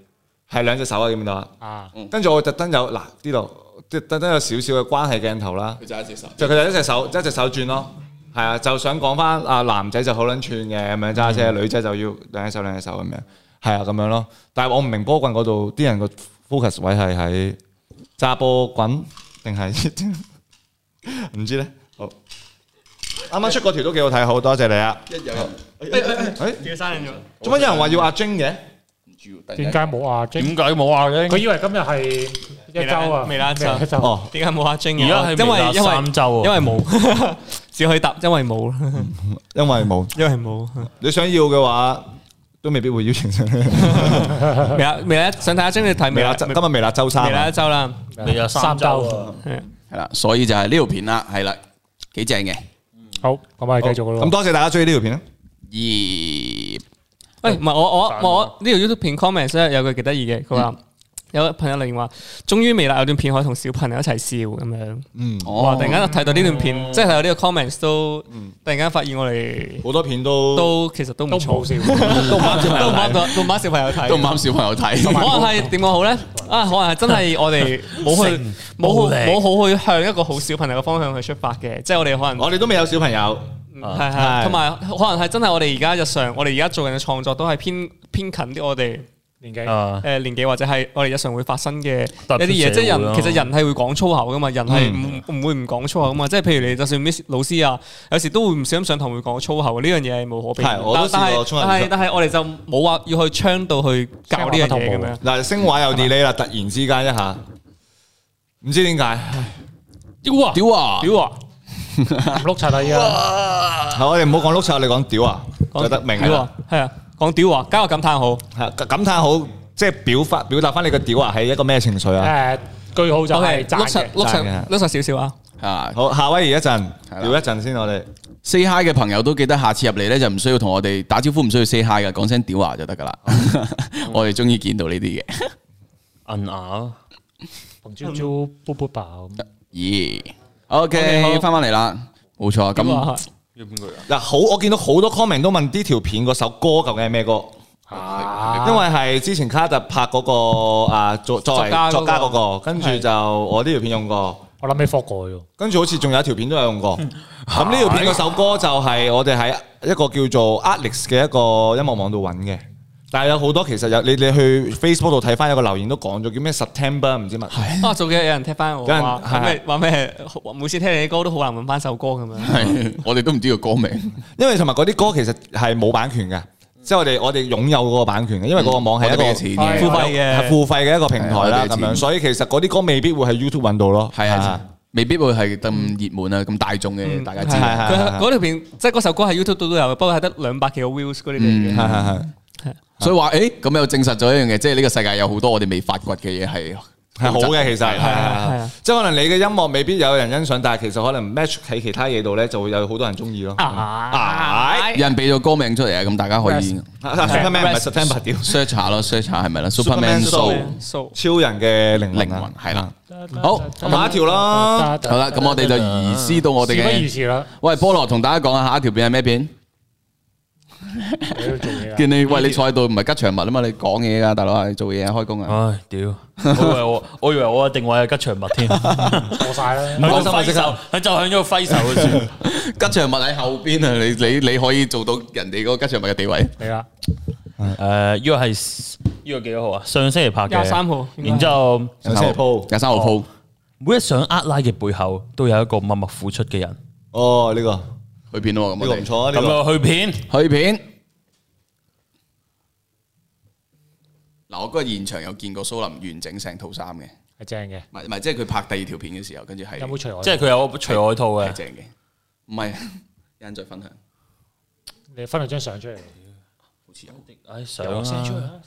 A: 係兩隻手啊，見唔見到啊？
E: 啊，
A: 跟住我特登有嗱呢度，即係特登有少少嘅關係鏡頭啦，
C: 佢揸一隻手。
A: 就佢就一隻手一隻手轉咯，係啊，就想講翻啊男仔就好撚串嘅咁樣揸車，女仔就要兩隻手兩隻手咁樣，係啊咁樣咯。但係我唔明波棍嗰度啲人個 focus 位係喺揸波棍定係 (laughs) 唔知咧。好，啱啱出嗰條都幾好睇，好多謝你啊！
C: 一有人
A: 誒，
B: 叫生咗。
A: 做乜有人話要阿 Jing 嘅？
C: 唔住，突
E: 點
C: 然
E: 解
C: 間
E: 冇啊？即
D: 點解冇啊？
E: 佢以為今日係一週啊，
B: 未啦未啦
E: 一週。
A: 哦，
B: 點解冇阿晶嘅？
D: 而家
B: 因
D: 係未
B: 為
D: 啦
B: 因為
D: 三周啊
B: 因為冇， (laughs) 只可以答因為冇， (laughs)
A: 因為冇
B: 因為冇。
A: 你想要嘅話，都未必會邀請上你。
B: 未啦未啦，想睇阿晶你睇
A: 微
B: 未啦
A: 辣？周今日微辣周三
B: 未啦
A: 啊
B: 一，周啦，
E: Ờ.
D: 未有三周啊，
C: 係啦，所以就係呢條片啦，係啦，幾正嘅。
E: 好，咁我
A: Ờ,
E: 哋繼續咯。
A: 咁多謝大家追呢條片啦。啊
C: 而
B: 喂，唔係我我
D: 散咗
B: 我呢條 YouTube 片 comments 咧有句幾得意嘅，佢話有個朋友留言話，終於微辣有段片可以同小朋友一齊笑咁樣。
A: 嗯，
B: 哇！
C: 哦
B: 突然間睇到呢段片，即係睇到呢個 comments 都突然間發現我哋
A: 好多片都
B: 都其實都唔
E: 都唔好
B: 錯，
E: 笑，
B: 都唔啱都唔啱都唔啱小朋友睇，
C: 都唔啱小朋友睇。
B: 可能係點講好咧？啊，可能係真係我 (laughs) 哋冇去冇好冇好去向一個好小朋友嘅方向去出發嘅，即係我哋可能嗯
A: 我哋都未有小朋友，
B: 係哦係，同埋可能係真係我哋而家日常，我哋而家做緊嘅創作都係偏偏近啲我哋
E: 年紀
D: 啊，
B: 誒呃年紀或者係我哋日常會發生嘅一
D: 特
B: 啲
D: 別
B: 嘢，即係
D: 社會
B: 人
D: 咯嗯
B: 其實人係會講粗口噶嘛，人係唔唔會唔講粗口噶嘛，即係譬如你就算 miss 老師啊，有時都會唔小心上堂會講粗口，呢樣嘢係無可避免
A: 係我都
B: 但
A: 試過
B: 但
A: 衝
B: 係
A: 入
B: 但係
A: 場
B: 但係我哋就冇話要去倡導去教呢樣嘢咁
A: (laughs)
B: 樣。
A: 嗱，聲畫又 delay 啦，突然之間一下，唔知點解，
B: 啊
E: 屌啊
C: 屌啊！
B: 屌啊！
E: 唔碌柒啦依家，
A: 係我哋唔好講碌柒，你講屌啊，
B: 講
A: 就得明
B: 屌
A: 啦
B: 啊。，系啊，講屌啊，加個感嘆號。
A: 嚇感嘆好，即係表發表達翻你個屌啊，係一個咩情緒啊？
E: 誒句號就
B: OK，
E: 係讚
B: 碌實
E: 嘅。
B: 碌
A: 讚
B: 實
A: 嘅
B: 碌實少少啊。
C: 啊
A: 好，夏威夷一陣，
C: 啦
A: 聊一陣先，我哋
C: ，say hi 嘅朋友都記得下次入嚟咧就唔需要同我哋打招呼，唔需要 say hi 嘅，講聲屌啊就得噶啦。 (laughs) 我哋中意見到呢啲嘅，
D: 銀牙
E: 同朝朝卜卜爆咁，
C: 咦
B: 好
C: ？OK，翻翻嚟啦，冇錯，
B: 咁啊
C: 咁，
D: 要邊句啊？
A: 嗱好，我見到好多 comment 都問呢條片嗰首歌究竟係咩歌？
B: 啊
A: 因為係之前卡特拍嗰個啊作作為
B: 作家嗰個
A: 作家嗰個，跟住就我呢條片用過。
E: 我諗起霍蓋喎。
A: 跟住好似仲有一條片都有用過。咁呢條片嗰首歌就係我哋喺一個叫做 Alex 嘅一個音樂網度揾嘅。但係有好多其實有你你去 Facebook 度睇翻有個留言都講咗叫咩 September 唔知乜。
B: 啊，早幾日有人踢翻我
A: 有人
B: 話話咩話咩，每次聽你啲歌都好難揾翻首歌咁樣。
C: 係 (laughs) 我哋都唔知個歌名，
A: 因為同埋嗰啲歌其實係冇版權嘅，即係我哋我哋擁有嗰個版權嘅，因為嗰個網係一個
C: 我哋俾嘅錢嘅
A: 付
B: 付費
A: 費
B: 嘅
A: 係付費嘅一個平台啦
C: 係我哋俾
A: 咁
C: 錢
A: 樣，所以其實嗰啲歌未必會喺 YouTube 揾到咯。
C: 係啊，未必會係咁熱門啊，咁大眾嘅，
B: 嗯
C: 大家
A: 係
C: 知。
A: 係
B: 佢
A: 係係
B: 嗰條片即係嗰首歌喺 YouTube 度都有嘅，不過係得兩百幾個 views 嗰啲嚟
A: 係
B: 嘅。
A: 係係。
C: 所以話，誒咁又證實咗一樣嘢，即係呢個世界有好多我哋未發掘嘅嘢係
A: 係好嘅，其實係
B: 啊係
A: 係
B: 啊
A: 即係可能你嘅音樂未必有人欣賞，但係其實可能 match 喺其他嘢度咧，就會有好多人中意咯。
C: 有人俾咗歌名出嚟啊，咁大家可以
A: Superman 唔係 September 屌，
C: search 下咯，search 下係咪啦？Superman Soul
A: Soul
B: So
A: 超人嘅靈
C: 靈
A: 魂啊
C: 魂係啦。
E: 好
A: 咁下一條啦
C: 好啦，咁我哋就移師到我哋
E: 事不
C: 嘅。
E: 宜遲啦，
C: 喂，菠蘿同大家講下下一條片係咩片？
E: 你要做嘢啦。
C: 見你喂你坐喺度唔係吉祥物啊嘛，你講嘢噶，大佬係做嘢開工啊。
D: 唉，屌！我以為我我以為我嘅定位係吉祥物添，
E: 過晒啦。
D: 唔手揮手，佢就響咗個揮手嘅算。
C: (laughs) 吉祥物喺後邊啊，你你你可以做到人哋嗰個吉祥物嘅地位。
E: 嚟啦，
D: 誒，呢個係呢個幾多號啊？上星期拍嘅，
B: 23號應該
D: 然之後，
A: 上星期鋪
C: 廿三號鋪，
D: 每一上厄拉嘅背後，都有一個默默付出嘅人。
A: 哦，呢個呢
C: 去片咯，咁
A: 個
C: 我
A: 唔
C: 哋
A: 錯啊，呢
D: 咁
A: 個
D: 就去片，
C: 去片。嗱，我嗰日現場有見過蘇林完整成套衫嘅，唔
E: 係正嘅。
C: 係唔係，即係佢拍第二條片嘅時候，跟住係
E: 有冇除外？
D: 即係佢有除外套
C: 係
D: 嘅。
C: 正嘅，唔係有人再分享，
E: (laughs)
C: 好
E: 你分兩張相出嚟。
C: 似有。
D: 唉，上啦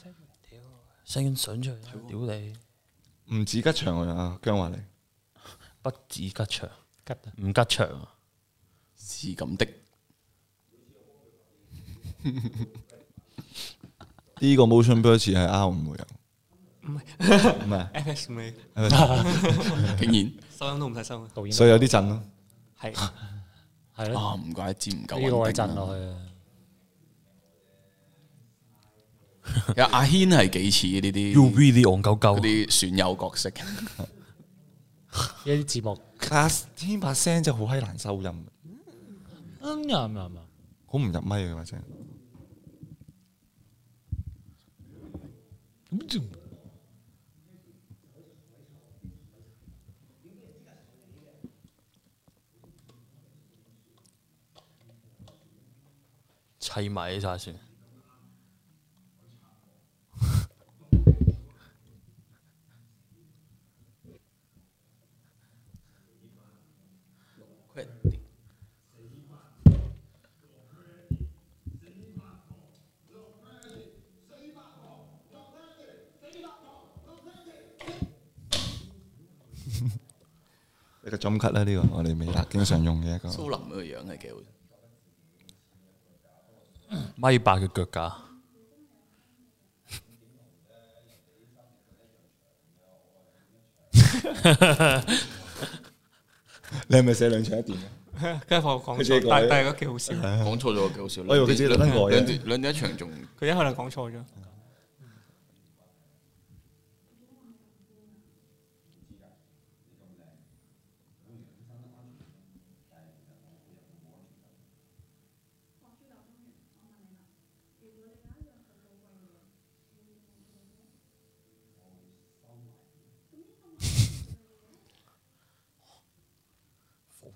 D: ，send 相出去啦，屌你，
A: 唔止吉祥啊，姜華玲
D: 不止吉祥，
E: 吉
D: 唔吉祥啊！
C: 是咁的，
A: 呢個 motion blur 似係 R 唔會有，唔係
B: FX 咪
C: 竟然
B: 收音都唔使收嘅，
A: (laughs)
E: 導演
A: 所以有啲震咯。
B: 係
E: 係咯，
C: 啊，唔怪之唔夠
E: 呢個位
C: 穩
E: 震
C: 定啦。
E: 落去啊。
C: 有阿軒係幾似呢
D: ，You
C: 啲
D: really 戇鳩
C: 嗰
D: 鳩，
C: 啲選友角色，
E: 呢啲字幕
A: 阿天把聲真係好閪難收音，
E: 啱啱啱。
A: 好唔入咪嘅把聲。
D: 砌埋晒算。
A: 你個 jump cut 啦，呢個我哋美娜經常用嘅一個。
C: 蘇林嗰個樣係幾好。
D: 米八嘅腳架。
A: 你係咪寫兩場一段嘅？
B: 跟住我講
A: 佢自己
B: 錯
A: 改，
B: 但但係嗰幾好笑，
C: 講錯咗，幾好笑。
A: 我以為佢自己特登改嘅
C: 兩段兩段一場仲
B: 佢一開頭講錯咗。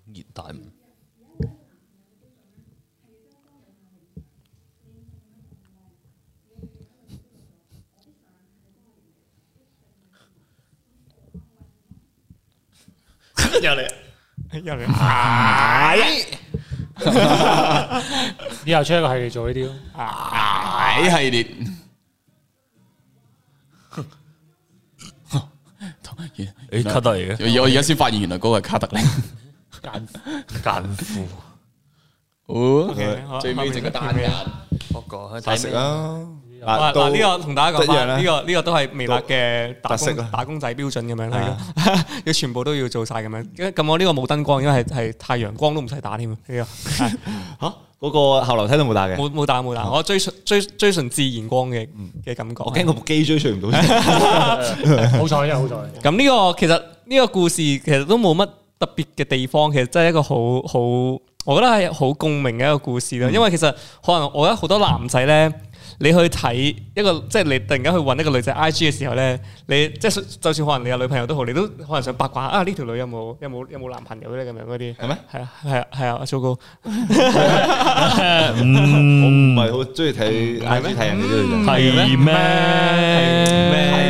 D: 熱大五。
B: 又嚟，又嚟，哎呀
E: 以後出一個系列做呢啲咯。
C: 矮系列。
D: 你咳得嚟嘅
C: 而我而家先發現，原來嗰個係卡特玲。
D: 奸夫，
C: 哦
B: OK，好
C: 最尾整個單眼。
D: 我講
A: 特色啦。
B: 哇
A: 嗱，到
B: 嗱呢個同大家講
A: 一樣啦
B: 翻，呢個呢個都係微辣嘅打
A: 特色啦
B: 工打工仔標準咁樣啦
A: 啊，
B: (laughs) 要全部都要做晒咁樣。咁我呢個冇燈光，因為係係太陽光都唔使打添啊。呢個
A: 吓嗰個後樓梯都冇打嘅，
B: 冇冇打冇打，我追純追追純自然光嘅嘅感覺。
A: 我驚個部機追隨唔到。
E: 好彩真係好彩。
B: 咁呢個其實呢個故事其實都冇乜特別嘅地方，其實真係一個好好，我覺得係好共鳴嘅一個故事
D: 嗯
B: 啦。因為其實可能我覺得好多男仔咧，你去睇一個即係你突然間去揾一個女仔 IG 嘅時候咧，你即係就算可能你有女朋友都好，你都可能想八卦啊呢條女有冇有冇有冇男朋友咧咁樣嗰啲。
A: 係咩？
B: 係啊係啊係啊，阿糟糕！
A: 我唔
D: 嗯，
A: 係好中意睇 I G 睇人哋呢度。
D: 係咩？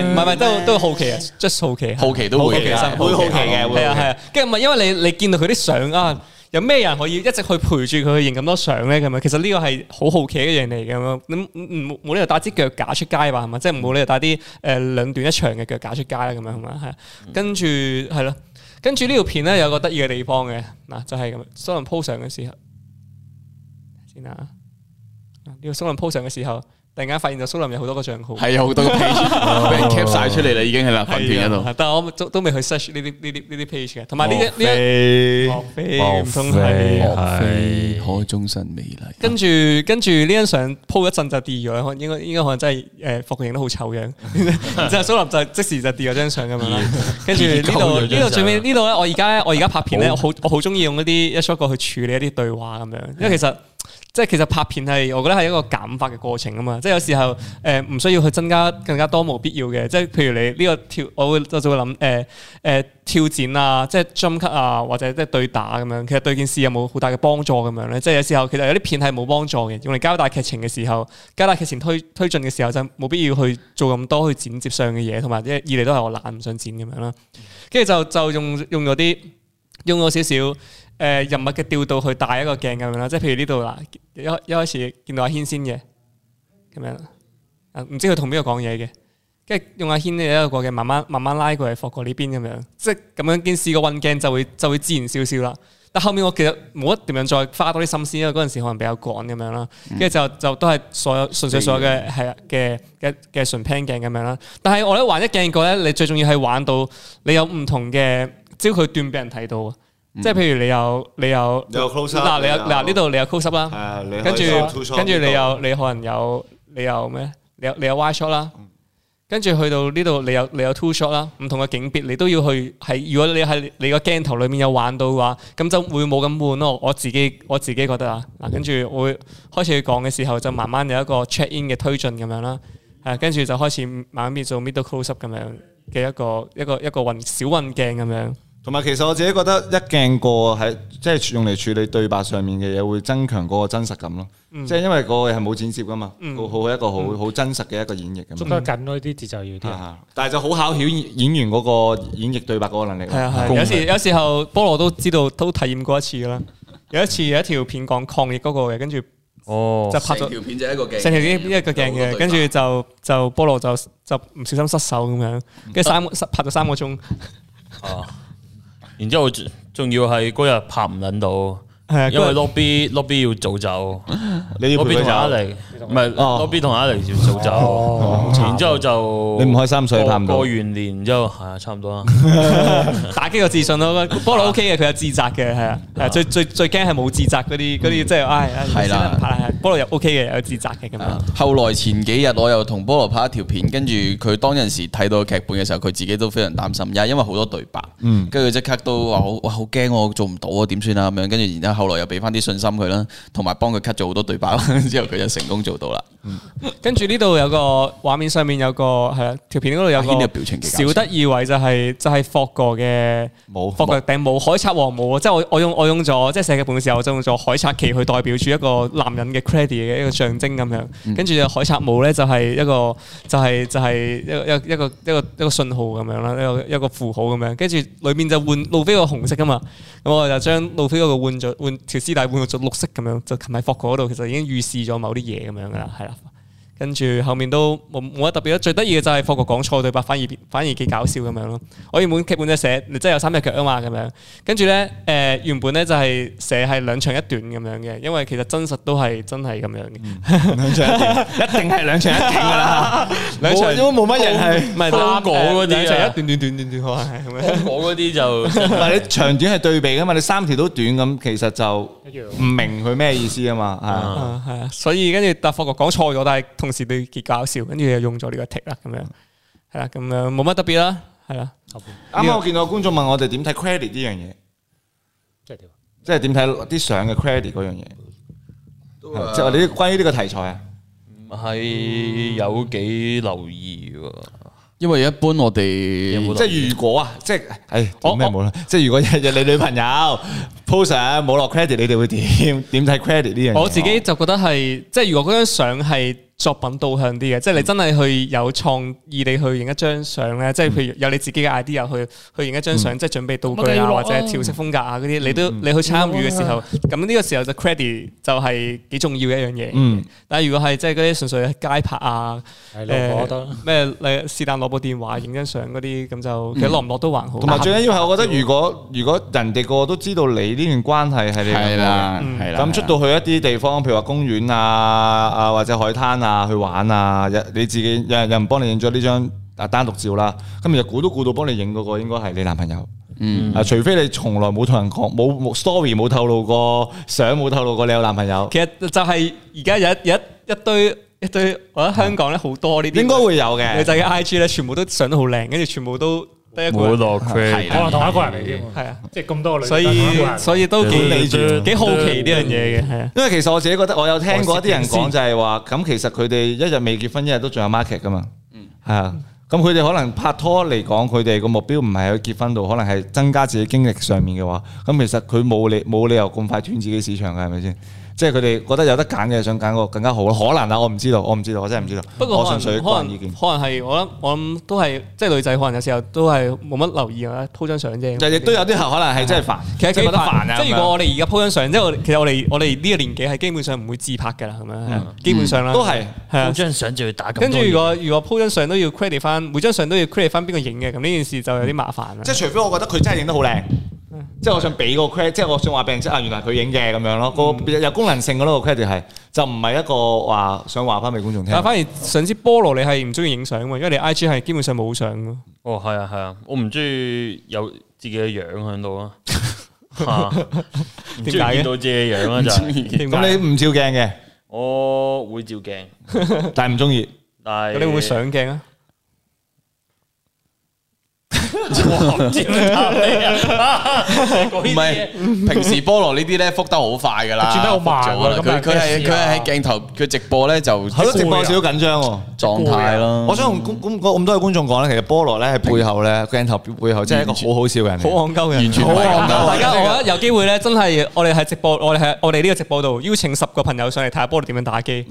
B: 唔係唔係，都都好奇啊，just 好奇啊。
C: 好奇都會嘅，
A: 好奇心會好奇嘅會
B: 係啊係啊，跟住咪因為你你見到佢啲相啊，有咩人可以一直去陪住佢去影咁多相咧？咁樣其實呢個係好好奇嘅一樣嚟嘅咁樣，咁唔冇理由帶支腳架出街吧？係嘛，即係冇理由帶啲誒兩段一長嘅腳架出街啦咁樣係嘛，係啊跟住係咯，跟住呢條片咧有個得意嘅地方嘅嗱，就係咁樣，蘇林 po 相嘅時候先啊，啊呢個蘇林 po 相嘅時候，突然間發現咗蘇林有好多個帳號。
C: 係有好多個 page 俾人 cap 晒出嚟啦，已經係啦，粉
B: 係
C: 團
B: 啊
C: 嗰度。
B: 但係我都都未去 search 呢啲呢啲呢啲 page 嘅，同埋呢一呢一
A: 飛
B: 莫非唔通係？
C: 莫非
D: 係
C: 可終身美麗？
B: 跟住跟住呢張相 po 一陣就 delete 咗啦，可能應該應該可能真係誒服影得好醜 (laughs) 樣，然之後蘇林就即時就 delete 咗張相咁樣啦。跟住呢 (laughs) 度呢度最尾呢度咧，我而家我而家拍片咧，我好我好中意用嗰啲一 shot 過去處理一啲對話咁樣，因為其實。即係其實拍片係，我覺得係一個減法嘅過程啊嘛。即係有時候誒唔、需要去增加更加多無必要嘅。即係譬如你呢個跳，我會我就會諗誒誒跳剪呃啊，即係 jump cut 啊，或者即係對打咁樣。其實對件事有冇好大嘅幫助咁樣咧？即係有時候其實有啲片係冇幫助嘅，用嚟交代劇情嘅時候，交代劇情推推進嘅時候就冇必要去做咁多去剪接上嘅嘢，同埋一二嚟都係我懶唔想剪咁樣啦。跟住就就用用咗啲用咗少少。誒、人物嘅調度去帶一個鏡咁樣啦，即係譬如呢度啦，一一開始見到阿軒先嘅，咁樣，啊唔知佢同邊個講嘢嘅，跟住用阿軒嘅一個嘅慢慢慢慢拉過嚟，霍過呢邊咁樣，即係咁樣件事個運鏡就會就會自然少少啦。但後面我其實冇一點樣再花多啲心思，因為嗰陣時可能比較趕咁樣啦，跟住就就都係所有純粹所有嘅係啊嘅嘅嘅純 pan 鏡咁樣啦。但係我咧玩一鏡過咧，你最重要係玩到你有唔同嘅焦距段俾人睇到啊！即係譬如你有你有
A: 你有 close up，
B: 嗱你有
A: 你有
B: 嗱呢度你有 close up 啦
A: 係，啊，你
B: 跟住
A: 可以 two shot
B: 跟住你
A: 呢
B: 有你可能有你有咩？你有你有 Y shot 啦，
A: 嗯
B: 跟住去到呢度你有你有 two shot 啦，唔同嘅景別你都要去係。如果你喺你個鏡頭裏面有玩到嘅話，咁就會冇咁悶咯。我自己我自己覺得啊，嗱，跟住我會開始講嘅時候就慢慢有一個 check in 嘅推進咁樣啦，係跟住就開始慢慢變做 middle close up 咁樣嘅一個一個一個運小運鏡咁樣。
A: 度。同埋其實我自己覺得一鏡過喺即係用嚟處理對白上面嘅嘢，會增強嗰個真實感咯。即係因為嗰個係冇剪接噶嘛，好好一個好好真實嘅一個演繹咁
E: 捉
A: 樣。
E: 得緊咯，啲節奏要啲。
A: 啊但係就好考曉演員嗰個演繹對白嗰個能力
B: 係
A: 啦。
B: 啊係啊，有時有時候菠蘿都知道都體驗過一次噶啦。有一次有一條片講抗疫嗰個嘅，跟住就
D: 哦，
B: 拍咗
C: 條片就一個鏡
B: 成條片一個鏡嘅，跟住就就菠蘿就就唔小心失手咁樣，跟住三個拍咗三個鐘，
D: 啊然之後仲要係嗰日拍唔撚到，
B: 係啊，
D: 因為
B: 跟住
D: lobby lobby 要早走
A: 你要陪
D: ，lobby
A: 佢
D: 同阿
A: 走，
D: 黎唔係
A: 哦
D: lobby 同阿黎要早
E: 哦
D: 走，然之後就
A: 你唔開心所以
D: 過
A: 拍唔到
D: 過完年之後係啊，差唔多啦。
B: 打擊個自信咯。菠蘿 OK 嘅，佢有自責嘅，係啊，係啊最最最驚係冇自責嗰啲嗰啲，即係唉，唉
C: 係啦
B: 唔拍啦，係啊菠蘿又 OK 嘅，有自責嘅咁樣
C: 啊。後來前幾日我又同菠蘿拍一條片，跟住佢當陣時睇到劇本嘅時候，佢自己都非常擔心，因因為好多對白，跟住佢即刻都話好哇好驚我做唔到啊點算啊 (laughs) 咁樣，跟住然之後後來又俾翻啲信心佢啦，同埋幫佢 cut 咗好多對白啦，之後佢就成功做到啦。
B: 跟住呢度有個畫面上面有個係啦，條片嗰度有
C: 阿軒嘅
B: 個
C: 表情幾搞笑
B: 小得意位就係就係霍哥嘅
A: 冇
B: 霍哥頂帽海賊王帽，即係我我用我用咗即係寫劇本嘅時候，我就用咗海賊旗去代表住一個男人嘅 credit 嘅一個象徵咁
A: 嗯
B: 樣。跟住海賊帽咧就係一個就係就係一個一個一個一個一個信號咁樣啦，一個一個符號咁樣。跟住裏面就換路飛個紅色噶嘛，咁我就將路飛嗰個換咗換條絲帶換咗綠色咁樣，就擒喺霍哥嗰度，其實已經預示咗某啲嘢咁樣噶啦，係啦。跟住後面都冇冇乜特別啦。最得意嘅就係霍國講錯對白，反而反而幾搞笑咁樣咯。我原本劇本就寫你真係有三隻腳啊嘛咁樣，跟住咧誒原本咧就係寫係兩長一短咁樣嘅，因為其實真實都係真係咁樣嘅。
A: 兩場一定，一定係兩場一定噶
C: (laughs)
A: 啦，
B: 兩場
A: 冇都冇乜人係。
B: 唔係
D: 香港嗰啲啊
B: 兩長一短短短短短可能係咁樣。
D: 我嗰啲就
A: 唔係你長短係對比噶嘛，你三條都短咁，其實就
E: 一樣
A: 唔明佢咩意思啊嘛，係啊。
B: 啊，係啊，所以跟住但霍國講錯咗，但係同時對幾搞笑，跟住又用咗呢個 tick 啦咁樣，係啦，咁樣冇乜特別啦，係啦。
A: 啱啱我見到個觀眾問我哋點睇 credit 呢樣嘢，
E: 即係點啊？
A: 即係點睇啲相嘅 credit 嗰樣嘢，
B: 啊
A: 係即係我哋啲關於呢個題材啊。
D: 係有幾留意喎。
C: 因為一般我哋
A: 即係如果啊，即係唉，
B: 我
A: 講咩冇啦。即係如果日日你女朋友 post 上冇落 credit，你哋會點 (laughs) 點睇 credit 呢樣嘢？
B: 我自己就覺得係，即係如果嗰張相係作品導向啲嘅，即係你真係去有創意地去影一張相咧，即係
A: 嗯
B: 譬如有你自己嘅 idea 去去影一張相，即係準備道
E: 乜都
B: 具啊
E: 要落
B: 或
E: 啊
B: 者調色風格啊嗰啲，你
A: 嗯
B: 都
E: 嗯
B: 你去參與嘅時候，咁呢個時候就 credit 就係幾重要嘅一樣嘢
A: 嗯。
B: 但係如果係即係嗰啲純粹係街拍啊，誒
E: 係咯，我覺得
B: 咩你是但攞部電話影張相嗰啲，咁就其實落唔落都還好。
A: 嗯同埋最緊要係，我覺得如果如果人哋個個都知道你呢段關係係你兩個嘅
C: 係啦，
B: 嗯
C: 係啦，
A: 咁出到去一啲地方，譬如話公園啊、啊或者海灘啊去玩啊，有你自己有人有人幫你影咗呢張啊單獨照啦，咁你就估都估到幫你影嗰個應該係你男朋友。嗯，啊，除非你從來冇同人講，冇冇 story 冇透露過，相冇透露過你有男朋友，
B: 其實就係而家有一有一一堆一堆，我覺得香港咧好多呢啲
A: 應該會有
B: 女
A: 嘅。
B: 仔嘅 I G 咧，全部都相得好靚，跟住全部都得一個
D: 冇
B: 人，
D: 落 credit，
E: 可能同一個人嚟添喎，
B: 係啊，
E: 即係咁多個女，
B: 所以所以都
A: 管理
B: 幾
A: 住
B: 幾好奇呢樣嘢嘅，係啊，
A: 因為其實我自己覺得，我有聽過一啲人講就係話，咁其實佢哋一日未結婚，一日都仲有 market 噶嘛。嗯，係啊。咁佢哋可能拍拖嚟講，佢哋個目標唔係喺結婚度，可能係增加自己經歷上面嘅話，咁其實佢冇理冇理由咁快斷自己市場嘅，係咪先？即係佢哋覺得有得揀嘅，想揀個更加好咯。可能啊，我唔知道，我唔知道，我真係唔知道。
B: 不過
A: 我
B: 可
A: 純
B: 能
A: 粹個
B: 可
A: 人意
B: 能
A: 見。
B: 可能係我諗我諗都係即係女仔可能有時候都係冇乜留意啊，鋪張相啫。
A: 就亦都有啲客可能係真係煩，
B: 其實
A: 即
B: 幾
A: 係覺得煩啊。
B: 即係如果我哋而家鋪張相，即係我哋其實我哋我哋呢個年紀係基本上唔會自拍㗎啦，咁樣係啊基本上啦，
A: 嗯都係
B: 係啊
D: 嗰。張相就要打咁
B: 跟住
D: 多嘢
B: 如果如果鋪張相都要 credit 翻，每張相都要 credit 翻邊個影嘅，咁呢件事就有啲麻煩啦。
A: 即係除非我覺得佢真係影得好靚，即係我想俾個 credit，即係我想話俾人知啊，原來佢影嘅咁樣咯。個有功能性嘅咯個 credit 係，就唔係一個話想話翻俾觀眾聽
B: 但。反而想知菠蘿你係唔中意影相㗎嘛，因為你 I G 係基本上冇相㗎。
D: 哦，係啊，係啊，我唔中意有自己嘅樣喺
B: (laughs)
D: 度啊，嚇唔中意
B: 點解嘅
D: 見到自己嘅樣啊，就係
B: 點解
A: 咁你唔照鏡嘅，
D: 我會照鏡，
A: 但係唔中意。
D: 但係
B: 咁你會唔會上鏡啊？
D: 唔知點答你啊？唔
C: 唔
A: (laughs)
C: 係平時菠蘿呢啲咧復得好快噶啦，
E: 轉得好慢喎
C: 復咗啦
E: 咁
C: 佢
E: 但係
C: 佢係
E: 咩
C: 佢
E: 事啊
C: 係喺鏡頭佢直播咧就
A: 係咯，直播有少少緊張喎。
C: 狀態咯。
A: 我想同咁咁咁多嘅觀眾講咧，其實菠蘿咧係背後咧鏡頭背後，真係一個好好笑嘅人嚟
B: 好
A: 嘅。
B: 戇鳩嘅，
C: 完全
B: 好
C: 唔係啊
B: 戇
C: 咁
B: 鳩。
C: 樣
B: 大家我覺得有機會咧，真係我哋喺直播，我哋喺我哋呢個直播度邀請十個朋友上嚟睇下菠蘿點樣打機，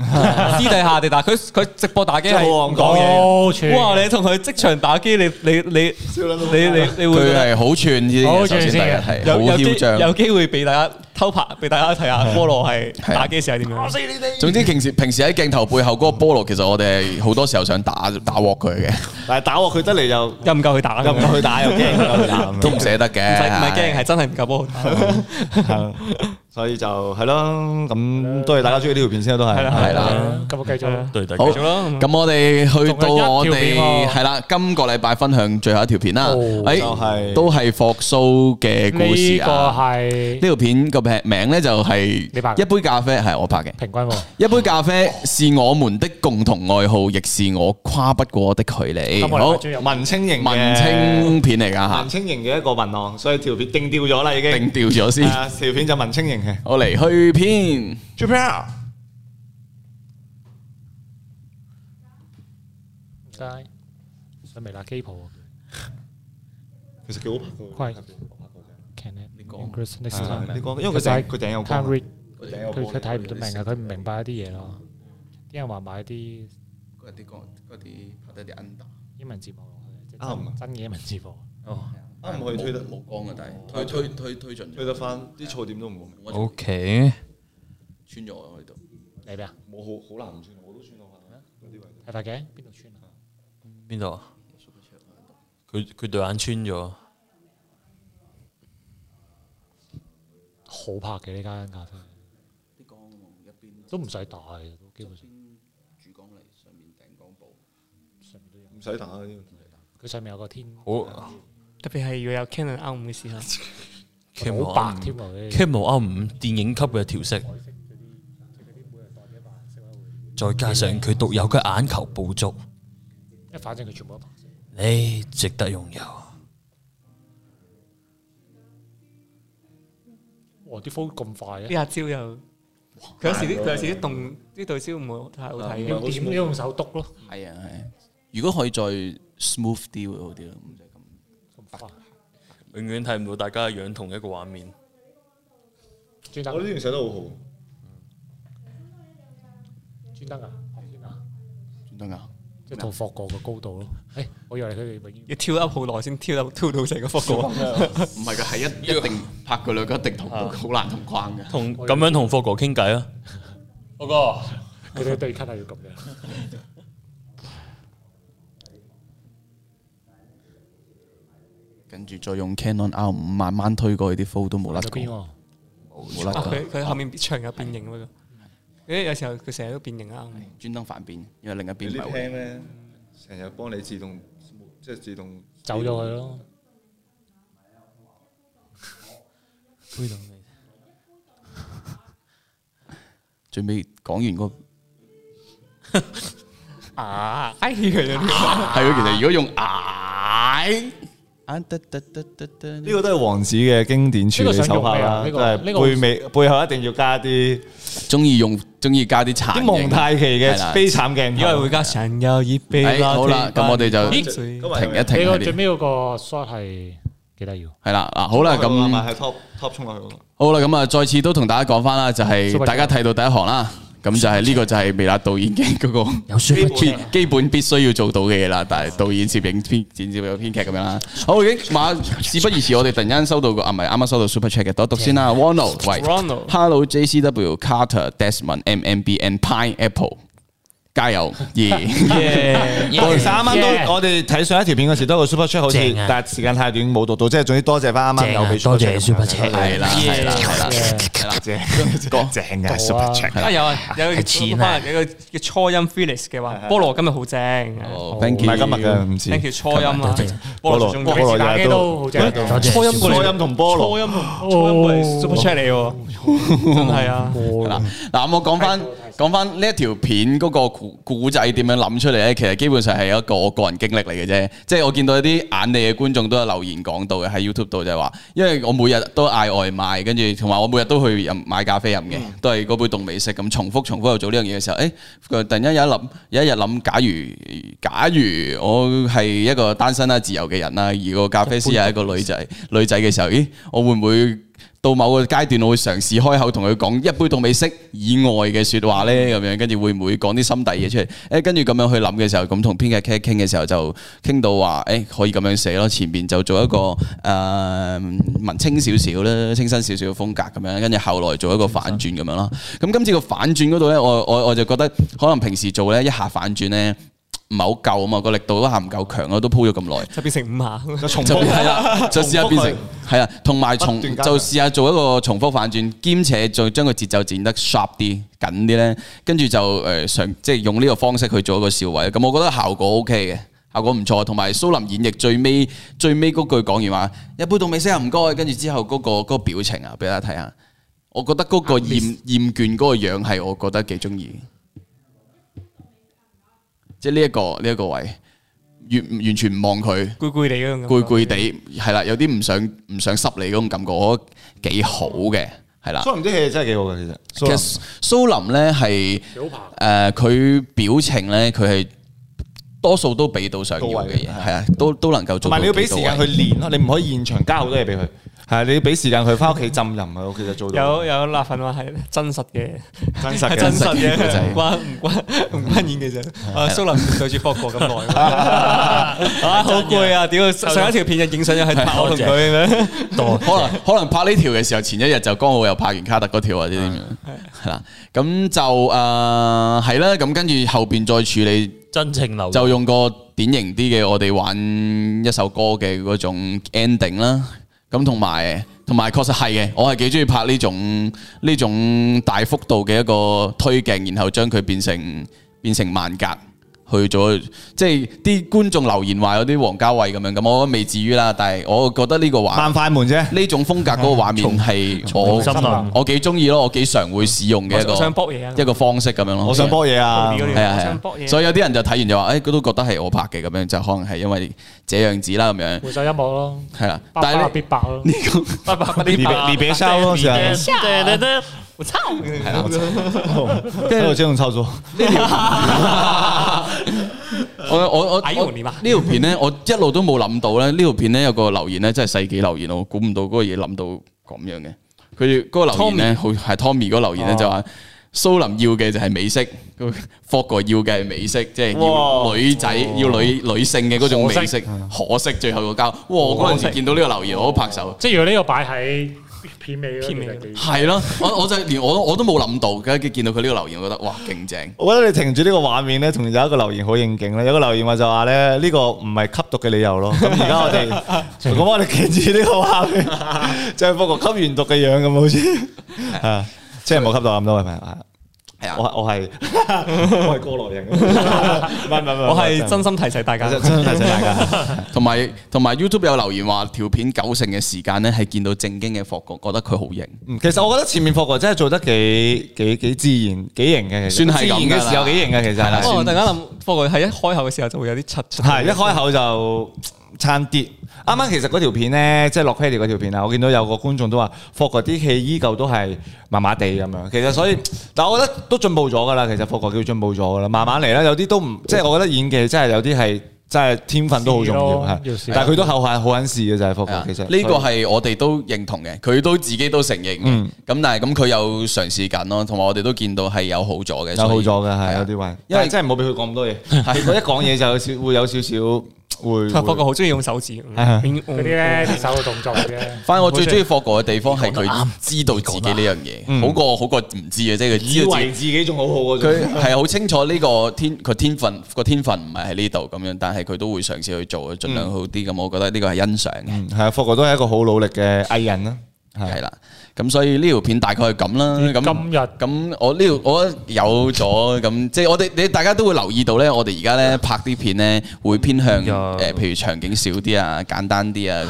B: 私底下地打。佢佢直播打機
A: 真
B: 係
A: 係好戇
B: 唔
A: 鳩
B: 講嘢。
E: 好串，
B: 哇！你同佢即場打機，你你你你你你會覺
C: 佢
B: 得
C: 係好串啲嘅，
E: 好
C: 首
E: 串
C: 先第一
E: 先嘅
C: 係
B: 有
C: 好
B: 有
C: 囂
B: 機有
C: 張。
B: 機會俾大家偷拍，俾大家睇下菠蘿係
C: 係啊
B: 打機時係點樣。
C: 總之平時平時喺鏡頭背後嗰個菠蘿，其實我哋係好多時候想打打鑊佢嘅，
A: 但係打我佢得嚟又又
B: 又唔夠佢打咁
A: 唔
B: 樣，
A: 夠佢打又驚，唔夠佢打咁樣
C: (laughs) 都唔捨得
B: 嗯唔
C: 嘅。
B: 使唔係驚，係真係唔夠菠蘿打。
A: 係 (laughs) 所以就係咯，咁都係大家中意呢條片先啦，都係
B: 係啦
C: 係啦。
E: 咁我繼續啦。
D: 對大家
C: 好，
B: 繼續啦咁
C: 咁我哋去到我
E: 仲有一條
C: 哋
E: 片喎
C: 係啦，今個禮拜分享最後一條片啦
E: 哦，
A: 就
C: 誒，
A: 係
C: 都係霍蘇嘅故事
E: 呢個
C: 啊。呢
E: 係
C: 條片個名咧就係
E: 你拍嘅
C: 一杯咖啡，係我拍嘅。
E: 平均喎，
C: 一杯咖啡是我們的共同愛好，亦是我跨不過的距離。
E: 咁我
C: 好
E: 哋終於有
A: 文青型嘅
C: 文青片嚟噶
A: 文
C: 吓，
A: 青型嘅一個文案，所以條片定調咗啦已經。
C: 定調咗先。
A: 啊，條片就文青型嘅。
C: 我嚟去片。
A: Super
E: 街上微辣基鋪
A: 其實幾好
E: 拍
A: 拍
E: 㗎
A: 嘅。
E: Can it
C: 你講
E: increase
A: 係
E: next
A: 啊
E: time？
A: 你講，因為佢頂佢頂有
E: Can't
A: 光啊
E: read，
A: 佢頂有
E: 佢
A: 光
E: 佢睇唔到明啊，佢唔明白一啲嘢咯。啲人話買啲
C: 嗰啲講嗰啲拍得啲 under，
E: 英文字幕落去，即
A: 啱啊
E: 係真真嘅英文字幕。
D: 哦
A: 啱唔可以推得
C: 冇光嘅，但係推推推推進
A: 推
C: 咗，
A: 得翻啲噪點都唔好明，
C: 我就
D: ，O K，
C: 穿咗我喺度。
E: 你邊啊？
A: 我好好難唔穿，我都穿到下嗰啲位。
E: 睇塊鏡邊度穿啊？
D: 邊度啊？佢佢對眼穿咗，
E: 好拍嘅呢間咖啡，
C: 啲光喎一邊
E: 都唔使戴嘅，都基本上
C: 邊主光嚟，上面頂光布。
E: 上面都有。
A: 唔使打嗰啲，
E: 佢上面有個天，好
D: 好
B: 特別係要有 Canon R 五嘅 (laughs) 時候，
D: Camel
E: 白添喎。佢
D: Camel R 五電影級嘅調色，再加上佢獨有嘅眼球捕捉，
E: 一反正佢全部都白色。
D: 你值得擁有。
B: (laughs)
E: 哇！啲 f o 咁快
B: 呢
E: 嘅，
B: 下招又佢有時啲佢有時啲動啲對焦唔會太好睇
E: 要
B: 嘅。
E: 點都用手篤咯。
C: 係啊係啊，如果可以再 smooth 啲會好啲咯，唔使咁。
E: 咁快，
D: 永遠睇唔到大家樣同一個畫面。
E: 專登
A: 我呢段寫得好好。
E: 專登啊！專登啊！
C: 專登啊！
E: 即係同霍過嘅高度咯。誒，我以為佢哋永遠
B: 要挑 up 好耐先挑到挑到成個 focus，
C: 唔係㗎，係一一定拍佢兩個一定同步，好難同框嘅。
D: 同咁樣同霍哥傾偈啊！霍哥，
E: 佢哋對 cut 係要咁樣。
C: 跟住再用 Canon R 五慢慢推過去啲 f o l 都冇甩
E: 有邊
C: 過，
E: 喎？
C: 冇甩過。
B: 啊佢佢後面長有變形嗰個。因為有時候佢成日都變形啊，
C: 專登反邊，因為另一
A: 你
C: 邊唔
A: 啲
C: 係
A: pan
C: 會
A: 咧，成日幫你自動即係自動
E: 走咗佢咯。
C: 最尾講完個
B: 啊，哎佢
C: 係咯。其實如果用矮啊得得得得得，
A: 呢個都係王子嘅經典處理手法啦，
E: 呢
A: 即
E: 個
A: 係
E: 想用咩啊呢個
A: 背尾背後一定要加啲
C: 中意用中意加啲殘
A: 啲
C: 影
A: 蒙太奇
C: 係啦
A: 嘅悲慘鏡
B: 因為會
A: 頭。
B: 加神又熱鼻
C: 哎
B: 啦。
C: 好啦，咁我哋就停
B: 咦
C: 一停
E: 你
C: 喺
E: 個
C: 呢。
E: 最尾嗰個 shot 係幾得要？
C: 係啦，嗱好啦，
A: 慢
C: 咁
A: 慢係 top top 衝落
D: (laughs)
A: 去嗰個。
C: 好啦，咁啊，再次都同大家講翻啦，就
A: 嗯
C: 係
E: Super
C: 大家睇到第一行啦，咁就係呢個就係微辣導演嘅嗰個。
D: 有書
C: 基本基本必須要做到嘅嘢啦，但係導演、攝影、編剪接、編劇咁樣啦。好，已經馬事不宜遲，我哋突然間收到個啊，唔係啱啱收到 super check 嘅，讀一讀先啦。Ronald，喂
B: Ronald
C: ，Hello JCW Carter Desmond MMB and Pineapple，加油，
A: (laughs)
C: 耶！
A: 其實啱啱
E: Yeah
A: 都我哋睇上一條片嗰時都有個 super chat 好似
D: 正啊，啊
A: 但係時間太短冇讀到，即係總之多謝翻啱啱有俾 super
D: 多謝
A: chat 嘅朋
D: Super
A: 友
D: Chat，
C: 係啦，係啦，係啦，係啦，
A: 正 (laughs)
C: 講
A: 正嘅 super chat。
B: 啊有啊有
D: 係錢啊
B: 可能有個叫初音 Felix 嘅話，菠蘿今日好正啊
C: 好，thank
A: 唔
C: you，
A: 係今日嘅，唔知。
B: ，thank you 初音啊，菠蘿仲
A: 菠
E: 菠
A: 蘿
E: 蘿
A: 日
E: 打
A: 日
E: 機
A: 都
E: 都好正，
D: 多謝
A: 初音過嚟，初音同菠
B: 初
A: 蘿。
B: 音同初音過嚟 super chat 你喎，真係啊！
C: 係啦，嗱，咁我講翻講翻呢一條片嗰個故故仔點樣諗出嚟咧，其實基本上係一個我個人經歷嚟嘅啫。即係我見到一啲眼利嘅觀眾都有留言講到嘅喺 YouTube 度就係話，因為我每日都嗌外賣，跟住同埋我每日都去飲買咖啡飲嘅，都係嗰杯凍美式咁重複重複又做呢樣嘢嘅時候，誒、佢突然間有一諗有一日諗，假如假如我係一個單身啦、自由嘅人啦，而個咖啡師係一個女仔女仔嘅時候，咦，我會唔會？到某個階段，我會嘗試開口同佢講一杯到美式以外嘅説話呢。咁樣跟住會唔會講啲心底嘢出嚟？誒，跟住咁樣去諗嘅時候，咁同編劇傾傾嘅時候就傾到話，誒、可以咁樣寫咯，前面就做一個誒、呃文青少少啦，清新少少嘅風格咁樣，跟住後來做一個反轉咁樣咯。咁今次個反轉嗰度呢，我我我就覺得可能平時做呢一下反轉呢，唔係好夠啊嘛，個力度都下唔夠強，啊我都鋪咗咁耐。
B: 就變成五下，
A: 重
C: 就
A: 複 (laughs)
C: 係啦，就試下變成係啦，同埋重
A: 不斷加強
C: 就試下做一個重複反轉，兼且再將個節奏剪得 sharp 啲、緊啲咧，跟住就誒上即係用呢個方式去做一個笑位，咁我覺得效果 OK 嘅。效果唔錯，同埋蘇林演繹最尾最尾嗰句講完話，一杯到尾聲啊，唔該，跟住之後嗰、個嗰個表情啊，俾大家睇下，我覺得嗰
A: 啊
C: 個厭厭倦嗰個樣係我覺得幾中意，即係呢一個呢一、個位，完完全唔望佢，
B: 攰攰地嗰種感覺
C: 攰攰地，係啦，有啲唔想唔想濕你嗰種感覺，我覺得幾好嘅，係啦。
A: 蘇林啲戲真係幾好嘅，其
C: 其
A: 實。
C: 實蘇林咧係
E: 幾好拍。
C: 誒，佢、表情咧，佢係多數都俾到想要
A: 到位
C: 嘅嘢，
A: 係
C: 係啊，都都能夠
A: 同
C: 做到
A: 埋
C: 幾到位。
A: 你要俾時間去練咯，你唔可以現場交好多嘢俾佢，係你要俾時間佢翻屋企浸淫佢，其實做到
B: 有有辣粉話係真實嘅，
A: 真實
B: 係
A: 嘅。
B: 真實
C: 真實嘅
B: 嘅，
C: 就係
B: 唔關唔關唔關演嘅啫。啊，蘇林對住霍哥咁耐，啊好攰啊！屌上一條片就影相又係拍我同佢咁樣。
C: 可能可能拍呢條嘅時候，前一日就剛好又拍完卡特嗰條或者點樣，係啦。咁就誒係啦，咁跟住後邊再處理，
D: 真情流露
C: 就用個典型啲嘅我哋玩一首歌嘅嗰種 ending 啦。咁同埋同埋確實係嘅，我係幾中意拍呢種呢種大幅度嘅一個推鏡，然後將佢變成變成慢格。去咗，即係啲觀眾留言話有啲王家衞咁樣咁，我未至於啦，但係我覺得呢個畫
A: 慢快門啫，
C: 呢種風格嗰個畫面係我
D: 心
A: 啊
D: 諗
C: 我幾中意咯，我幾常會使用嘅一
B: 我想
C: 個
B: 搏嘢啊！
C: 一個方式咁樣咯。
A: 我想波嘢啊！
B: Bobby 嗰
C: 係啊
B: 我
C: 係
B: 想
C: 啊
B: 搏嘢，
C: 所以有啲人就睇完就話，誒佢都覺得係我拍嘅咁樣，就可能係因為這樣子啦咁樣，
E: 換首音樂咯，
C: 係啦。
E: 百
C: 但
E: 花
C: 係呢
E: 必白咯。
C: 呢個
B: 拜拜拜
A: 你別你別笑咯，成日
B: 我操！係
A: 啊
C: 啦我
A: 跟住我先用操作，
C: 我我我
B: 矮
C: 我
B: 容易
C: 呢
B: 嘛
C: 條片咧，我一路都冇諗到咧。呢條片咧有個留言咧，真係世紀留言，我估唔到嗰個嘢諗到咁樣嘅。佢嗰個留言咧，好係 Tommy 嗰個留言咧
B: 哦
C: 就話。蘇林要嘅就係美式，霍哥要嘅係美式，即係要女仔
B: 哦
C: 要女女性嘅嗰種美式。
B: 啊
C: 可惜最後個交，哇！我嗰陣時見到呢個留言，我都拍手。
E: 即係如果呢個擺喺片尾嗰
B: 片尾
E: 啲就幾，
C: 係咯，我我就連我我都冇諗到，跟住見到佢呢個留言，我覺得哇勁正。
A: 我覺得你停住呢個畫面咧，同有一個留言好應景咧。有個留言話就話咧，呢個唔係吸毒嘅理由 (laughs) 咯。咁而家我哋咁我哋記住呢個畫面，就係霍哥吸完毒嘅樣咁，好似係啊，即係冇吸到咁多位朋友。係啊
C: 係啊
A: 我，我 (laughs) 係我係過來人，唔係唔係唔係，
B: 我係真心提醒大家，
A: 真真提醒大家。
C: 同埋同埋 YouTube 有留言話條片九成嘅時間咧係見到正經嘅霍哥，覺得佢好型。
A: (laughs) 嗯其實我覺得前面霍哥真係做得幾幾幾自然，幾型嘅，其實
C: 算係咁
A: 自
C: 㗎啦
A: 然嘅時候幾型嘅，其實
C: 係啦
A: 係
B: 不過我突然間諗，不過佢喺一開口嘅時候就會有啲出出。
A: 係一開口就差啲。啱啱其實嗰條片咧，即係落 p a d 嗰條片啊，我見到有個觀眾都話霍哥啲戲依舊都係麻麻地咁樣。其實所以，但我覺得都進步咗㗎啦。其實霍哥叫進步咗㗎啦，慢慢嚟啦。有啲都唔，即係我覺得演技真係有啲係真係天分都好重要
E: 試咯要試
A: 係。但係佢都後下好肯試嘅就係霍
C: 係
A: 哥
C: 啊，
A: 其實
C: 呢個係我哋都認同嘅，佢都自己都承認嘅。咁、
A: 嗯
C: 但係咁佢有嘗試緊咯，同埋我哋都見到係有好咗嘅，
A: 有好
C: 所
A: 咗
C: 以
A: 嘅係
C: 啊
A: 有啲位，
C: 因
A: 因
C: 為
A: 為真係冇俾佢講咁多嘢。佢一講嘢就有少會有少少
B: (laughs)
A: 會。
B: 不過好中意用手指嗯
A: 啊
E: 嗰啲咧啲手嘅動作嘅啫。
C: 反而我最中意霍哥嘅地方係佢知道自己呢樣嘢，
A: 嗯
C: 好過好過唔知嘅，即係佢
A: 以
C: 知道自己
A: 為自己仲好好嗰種。
C: 佢係啊好清楚呢個天個天分個天分唔係喺呢度咁樣，但係佢都會嘗試去做，盡量好啲咁。我覺得呢個係欣賞嘅。
A: 嗯，係啊，霍哥都係一個好努力嘅藝人啦。
C: 系啦，咁所以呢條片大概係咁啦。咁
E: 今日
C: 咁我呢條我有咗咁，即係我哋你大家都會留意到咧，我哋而家咧拍啲片咧會偏向誒、
D: 有
C: 呃譬如場景少啲啊，簡單啲啊，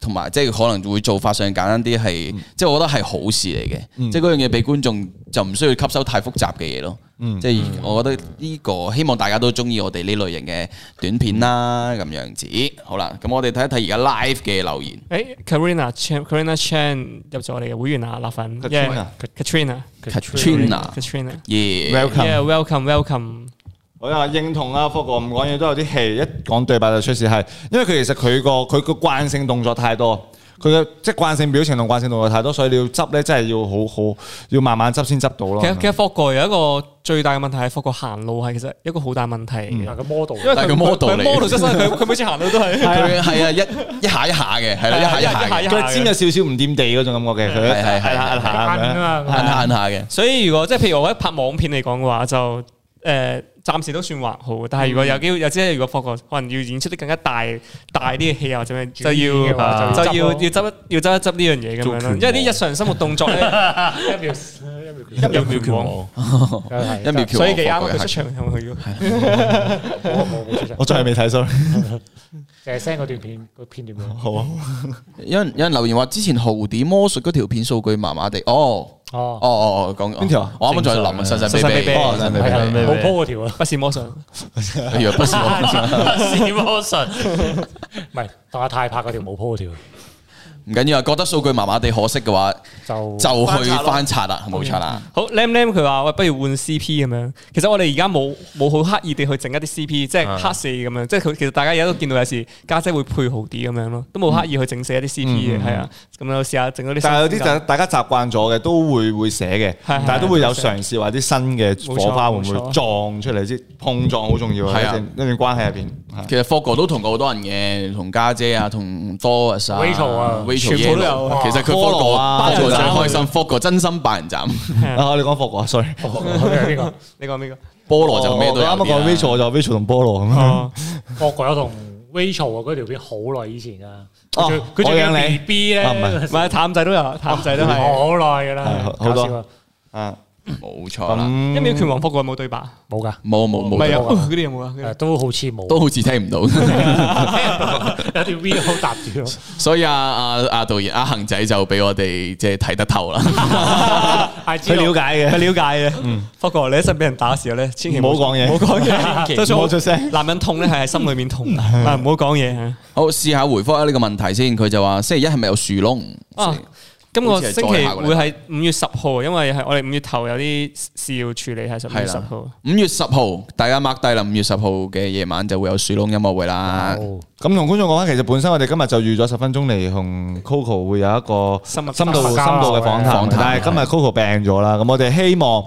C: 同埋即係可能會做法上簡單啲，係即係我覺得係好事嚟嘅，即係嗰樣嘢俾觀眾就唔需要吸收太複雜嘅嘢咯。即係我覺得呢、個希望大家都中意我哋呢類型嘅短片啦，咁樣子。好啦，咁我哋睇一睇而家 live 嘅留言。
B: 嗯誒 Karina Chan Karina Chan 入咗我哋嘅會員啊，辣粉
A: Katrina
B: Katrina
C: Katrina
B: Katrina
C: Yeah
A: Welcome，
B: Yeah welcome welcome
A: 我又認同啊，霍哥唔講嘢都有啲戲，一講對白就出事，係因為佢其實佢個佢個慣性動作太多，佢嘅即係慣性表情同慣性動作太多，所以你要執咧真係要好好要慢慢執先執到咯
B: 其。實其實霍哥有一個最大嘅問題係霍哥行路係其實一個好大問題嚟嘅，
E: 嗱個 model，
B: 因為
C: 但係
B: 佢
C: 佢 model
B: 佢
C: 嚟
B: 佢 model 出身，佢佢每次行路都
C: (laughs)
B: 係
C: 佢係啊一一下一下嘅，係啦一下一下嘅，
B: 一下
A: 腳尖有少少唔掂地嗰種感覺嘅，佢
C: 係係係
A: 係啦係啦
E: 硬
A: 係啦
E: 啊嘛，
C: 慳下慳下嘅。
B: 所以如果即係譬如我一拍網片嚟講嘅話，就誒暫時都算還好。但係如果有機會，有即係如果霍哥可能要演出啲更加大大啲嘅戲啊，或者咩，就
E: 轉移
B: 要
E: 嘅話
B: 就
E: 就
B: 要要
E: 要執咯
B: 執一要執一執呢樣嘢咁樣
A: 啊做
B: 咯。
A: 拳
B: 因為啲日常生活動
A: (laughs)
B: 作咧，
E: 一秒一秒
D: 一秒拳王，
E: 一
C: 一秒橋
B: 所以幾啱啊佢出
C: 係
B: 場係咪要？
E: 冇冇冇出聲
A: 我，真係未睇 sorry。
E: 淨係 send 嗰段片個片段咯。
A: 好啊，
C: 有人有人留言話之前豪啲魔術嗰條片數據麻麻地，哦哦
E: 哦，
C: 哦哦講
A: 邊條啊
C: 我啱啱仲喺度諗啊，神神
B: 神神秘
C: 秘
B: 秘
C: 秘，哦神神
E: 係啊
C: 秘秘，
E: 冇鋪嗰條啊，
B: (laughs) 不是魔術，
C: 哎 (laughs) 呀不是我
D: (laughs) 史魔神，
E: 唔係同阿泰拍嗰條冇鋪嗰條。
C: 唔緊要啊，覺得數據麻麻地可惜嘅話，
E: 就
C: 就去
A: 翻查咯
C: 翻查啦，冇錯啦。
B: 好 Lam Lam 佢話喂，不如換 CP 咁樣。其實我哋而家冇冇好刻意地去整一啲 CP，即係
D: 啊
B: 黑四咁樣。即係佢其實大家而家都見到有時家姐會配好啲咁樣咯，都冇刻意去整死一啲 CP 嘅，係啊。咁有試下整咗啲
A: 嗯
B: 新風格。
A: 但係有啲就大家習慣咗嘅，都會會寫嘅，
B: 係
A: 但係都會有嘗試或者新嘅火花會唔
B: 冇錯冇
A: 會
B: 錯
A: 撞出嚟？即碰撞好重要啊！
C: 係
A: 一
C: 啊
A: 段一段關係入邊，係
C: 其實 f o g 都同過好多人嘅，同家姐啊，同 Doris 啊
E: Rachel 啊
C: Rachel
B: 全部都
C: Yellow
B: 有
C: 其實佢
A: 哇
C: f o g
A: 啊巴
C: f o g 真
A: 人斬
C: 開心 f o g 真心白人
A: (laughs)
C: 斬，
A: 啊，你講霍哥，sorry，
E: 邊個？
B: 你講邊個？
C: 菠蘿就咩
A: 我
C: 都
A: 哦
C: 有
A: 啱啱
C: 啲啦啊
A: 講 Rachel 我就 Rachel 同菠蘿咁樣。
B: 哦，
E: 我鬼友同 Rachel 啊嗰條片好耐以前啊，
A: 哦
E: 佢仲佢仲
A: 我
E: 有
A: 養你
E: B B 咧，
A: 啊唔係
B: 唔係淡仔都有，淡仔都係。
A: 哦
E: 好
A: 係
E: 耐噶啦
A: 好，好多
E: 搞笑啊
A: 啊，
C: 冇錯啦，
A: 咁
B: 一秒拳王復過冇對白，
E: 冇噶，
C: 冇冇
B: 唔
C: 冇
B: 係
C: 得，
B: 有
E: 冇
B: (laughs)
E: 啊
B: 嗰啲有冇啊？
E: 誒都好似冇，
C: 都好似聽唔到。
E: 有條 V 好搭住咯。
C: 所以啊啊啊導演阿恒仔就俾我哋即係睇得透啦。
A: (laughs) 佢
E: I G
A: 了解嘅嗯
B: 佢，了解嘅。不過你一陣俾人打嘅時候咧，千祈
A: 唔好講嘢
B: (laughs) 唔好講嘢，就算
A: 唔好出聲
B: 男人痛咧係喺心裏面 (laughs) 痛，啊唔好講嘢。
C: (laughs) 好，試下回覆下呢個問題先。佢就話星期一係咪有樹窿？
B: 啊，今個星期
C: 好似係再下個禮拜
B: 會喺五月十號，因為係我哋五月頭有啲事要處理，係十五月
C: 係
B: 十
C: 啦
B: 號。，
C: 五月十號，大家 mark 低啦。五月十號嘅夜晚就會有樹窿音樂會啦。
A: 咁同觀眾講翻，其實本身我哋今日就預咗十分鐘嚟同 Coco 會有一個
B: 深入
A: 深度
E: 深
A: 深
E: 入
A: 度嘅訪談
C: 訪談，
A: 但係今日 Coco 病咗啦，咁我哋希望。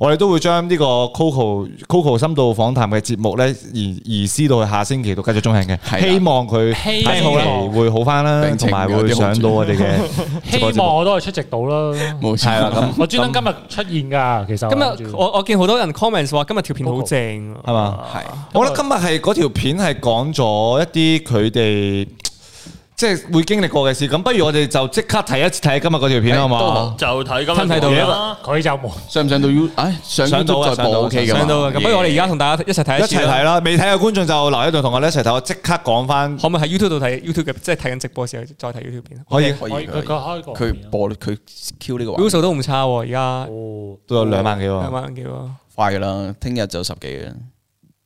A: 我哋都會將呢個 Coco Coco 深度訪談嘅節目咧，移移師到去下星期度繼續進行嘅，
C: 係啦
A: 希望佢
E: 希
A: 下星期
E: 望
A: 會好翻啦，
C: 病情
A: 同埋
C: 有
A: 會
C: 啲好轉
A: 上到我哋嘅
C: (laughs)
A: 直播節
E: 希望
A: 目。
E: 我都係出席到啦。
A: (laughs)
C: 冇錯
A: 係啦，咁
E: 我專登今日出現㗎，其實
B: 今日我我見好多人 comments 話今日條片啊好
E: Coco
B: 正啊，
A: 係嘛？
C: 係
A: 我覺得今日係嗰條片係講咗一啲佢哋即係會經歷過嘅事，咁不如我哋就即刻睇一睇今日嗰條片啦，好
C: 誒都好
A: 嘛？
D: 就睇今日
B: 睇唔睇到
D: 啦。
E: 佢就冇，
C: 上唔上到 U？唉，上
A: 上到
C: YouTube
A: 啊
C: 再
A: 上到
C: 播 OK 嘅嘛。
B: 上到啊！咁不如我哋而家同大家一齊睇
A: 一
B: 次
A: 齊
B: 啦
A: 睇啦，未睇嘅觀眾就留喺度同我哋一齊睇，我即刻講翻，
B: 可唔可以喺 YouTube 度睇 YouTube 嘅，即係睇緊直播嘅時候再睇 YouTube 片啊
A: 可以
C: 可以
E: 佢佢開啊個
C: 佢播佢 Q 呢個話
B: ？view 數都唔差喎，而家
E: 哦，
A: 都有兩萬幾
B: 兩
A: 喎。
B: 萬幾喎。
C: 快噶啦，聽日就十幾啦。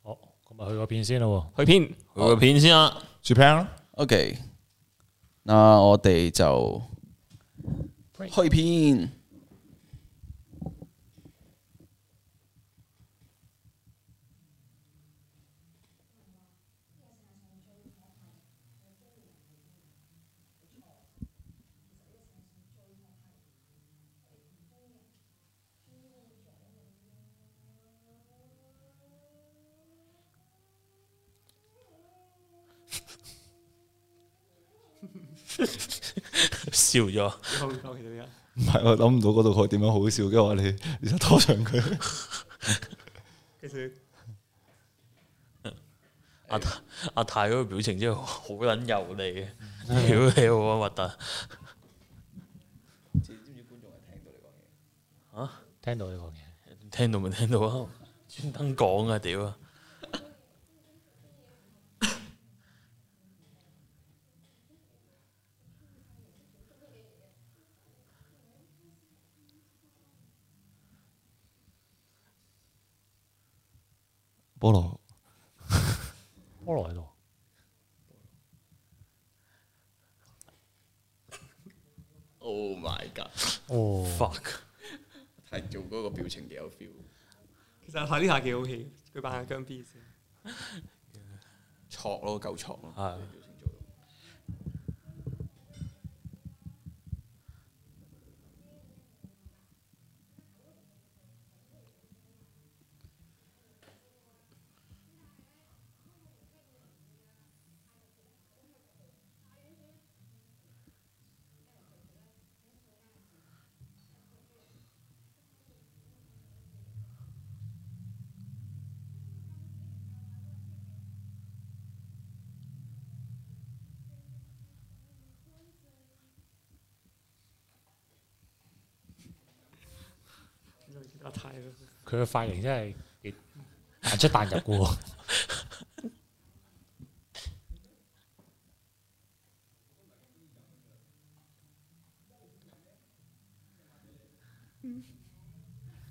E: 好咁咪去嗰邊先咯
B: 去片
D: 佢個片先啊啦，
A: 薯片咯，
C: OK，嗱我哋就開片。
D: 笑咗。
A: 唔係我諗唔到嗰度佢點樣好笑，跟住我哋而家拖長佢。
B: 其實
D: 阿太阿泰嗰個表情真係好撚油膩嘅，屌你好啊核突！
E: 喎，聽到你講嘢。
D: 聽到咪聽到啊，專登講啊屌啊！
A: 菠蘿
E: 菠蘿喺度，
C: Oh my god！
E: 哦，
D: fuck，
C: 係做嗰個表情幾有 feel。
B: 其實睇呢下幾好戲，佢扮下姜 B 先。
C: 錯咯，夠錯咯。
D: 係
B: 阿泰咯，
E: 佢嘅髮型真係幾 (laughs) 彈出彈入嘅喎。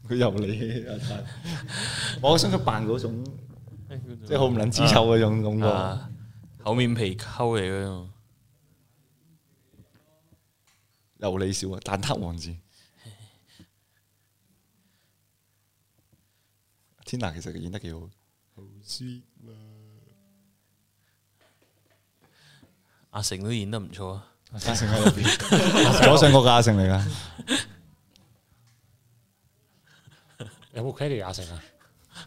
A: 佢由你阿泰，我想佢扮嗰種即係好唔撚知醜嗰
D: 啊
A: 種感覺。
D: 啊，厚面皮溝嚟嘅嘛。
A: 有你笑啊，蛋挞王子。天娜其實演得幾好，好 sweet
D: 阿成都演得唔錯啊。
A: 阿成喺入邊，左上角嘅阿成嚟噶。
E: 有冇 credit 阿成啊？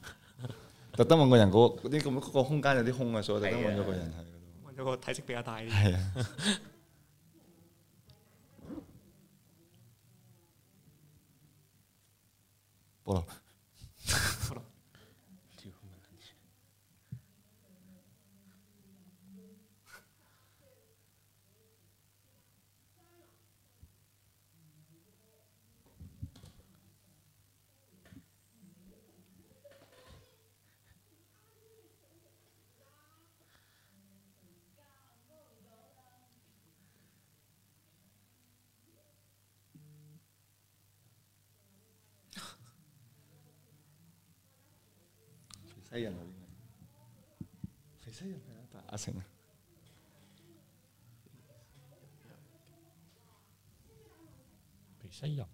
A: (laughs) 特登揾個人嗰啲咁嗰個空間有啲空啊，所以特登揾咗個人喺
B: 揾咗個體積比較大
A: 嗰
B: 啲。
A: 度。係啊，菠蘿肥西人嚟嘅，肥西人係啊，但阿 (laughs) 成啊。
E: 皮西人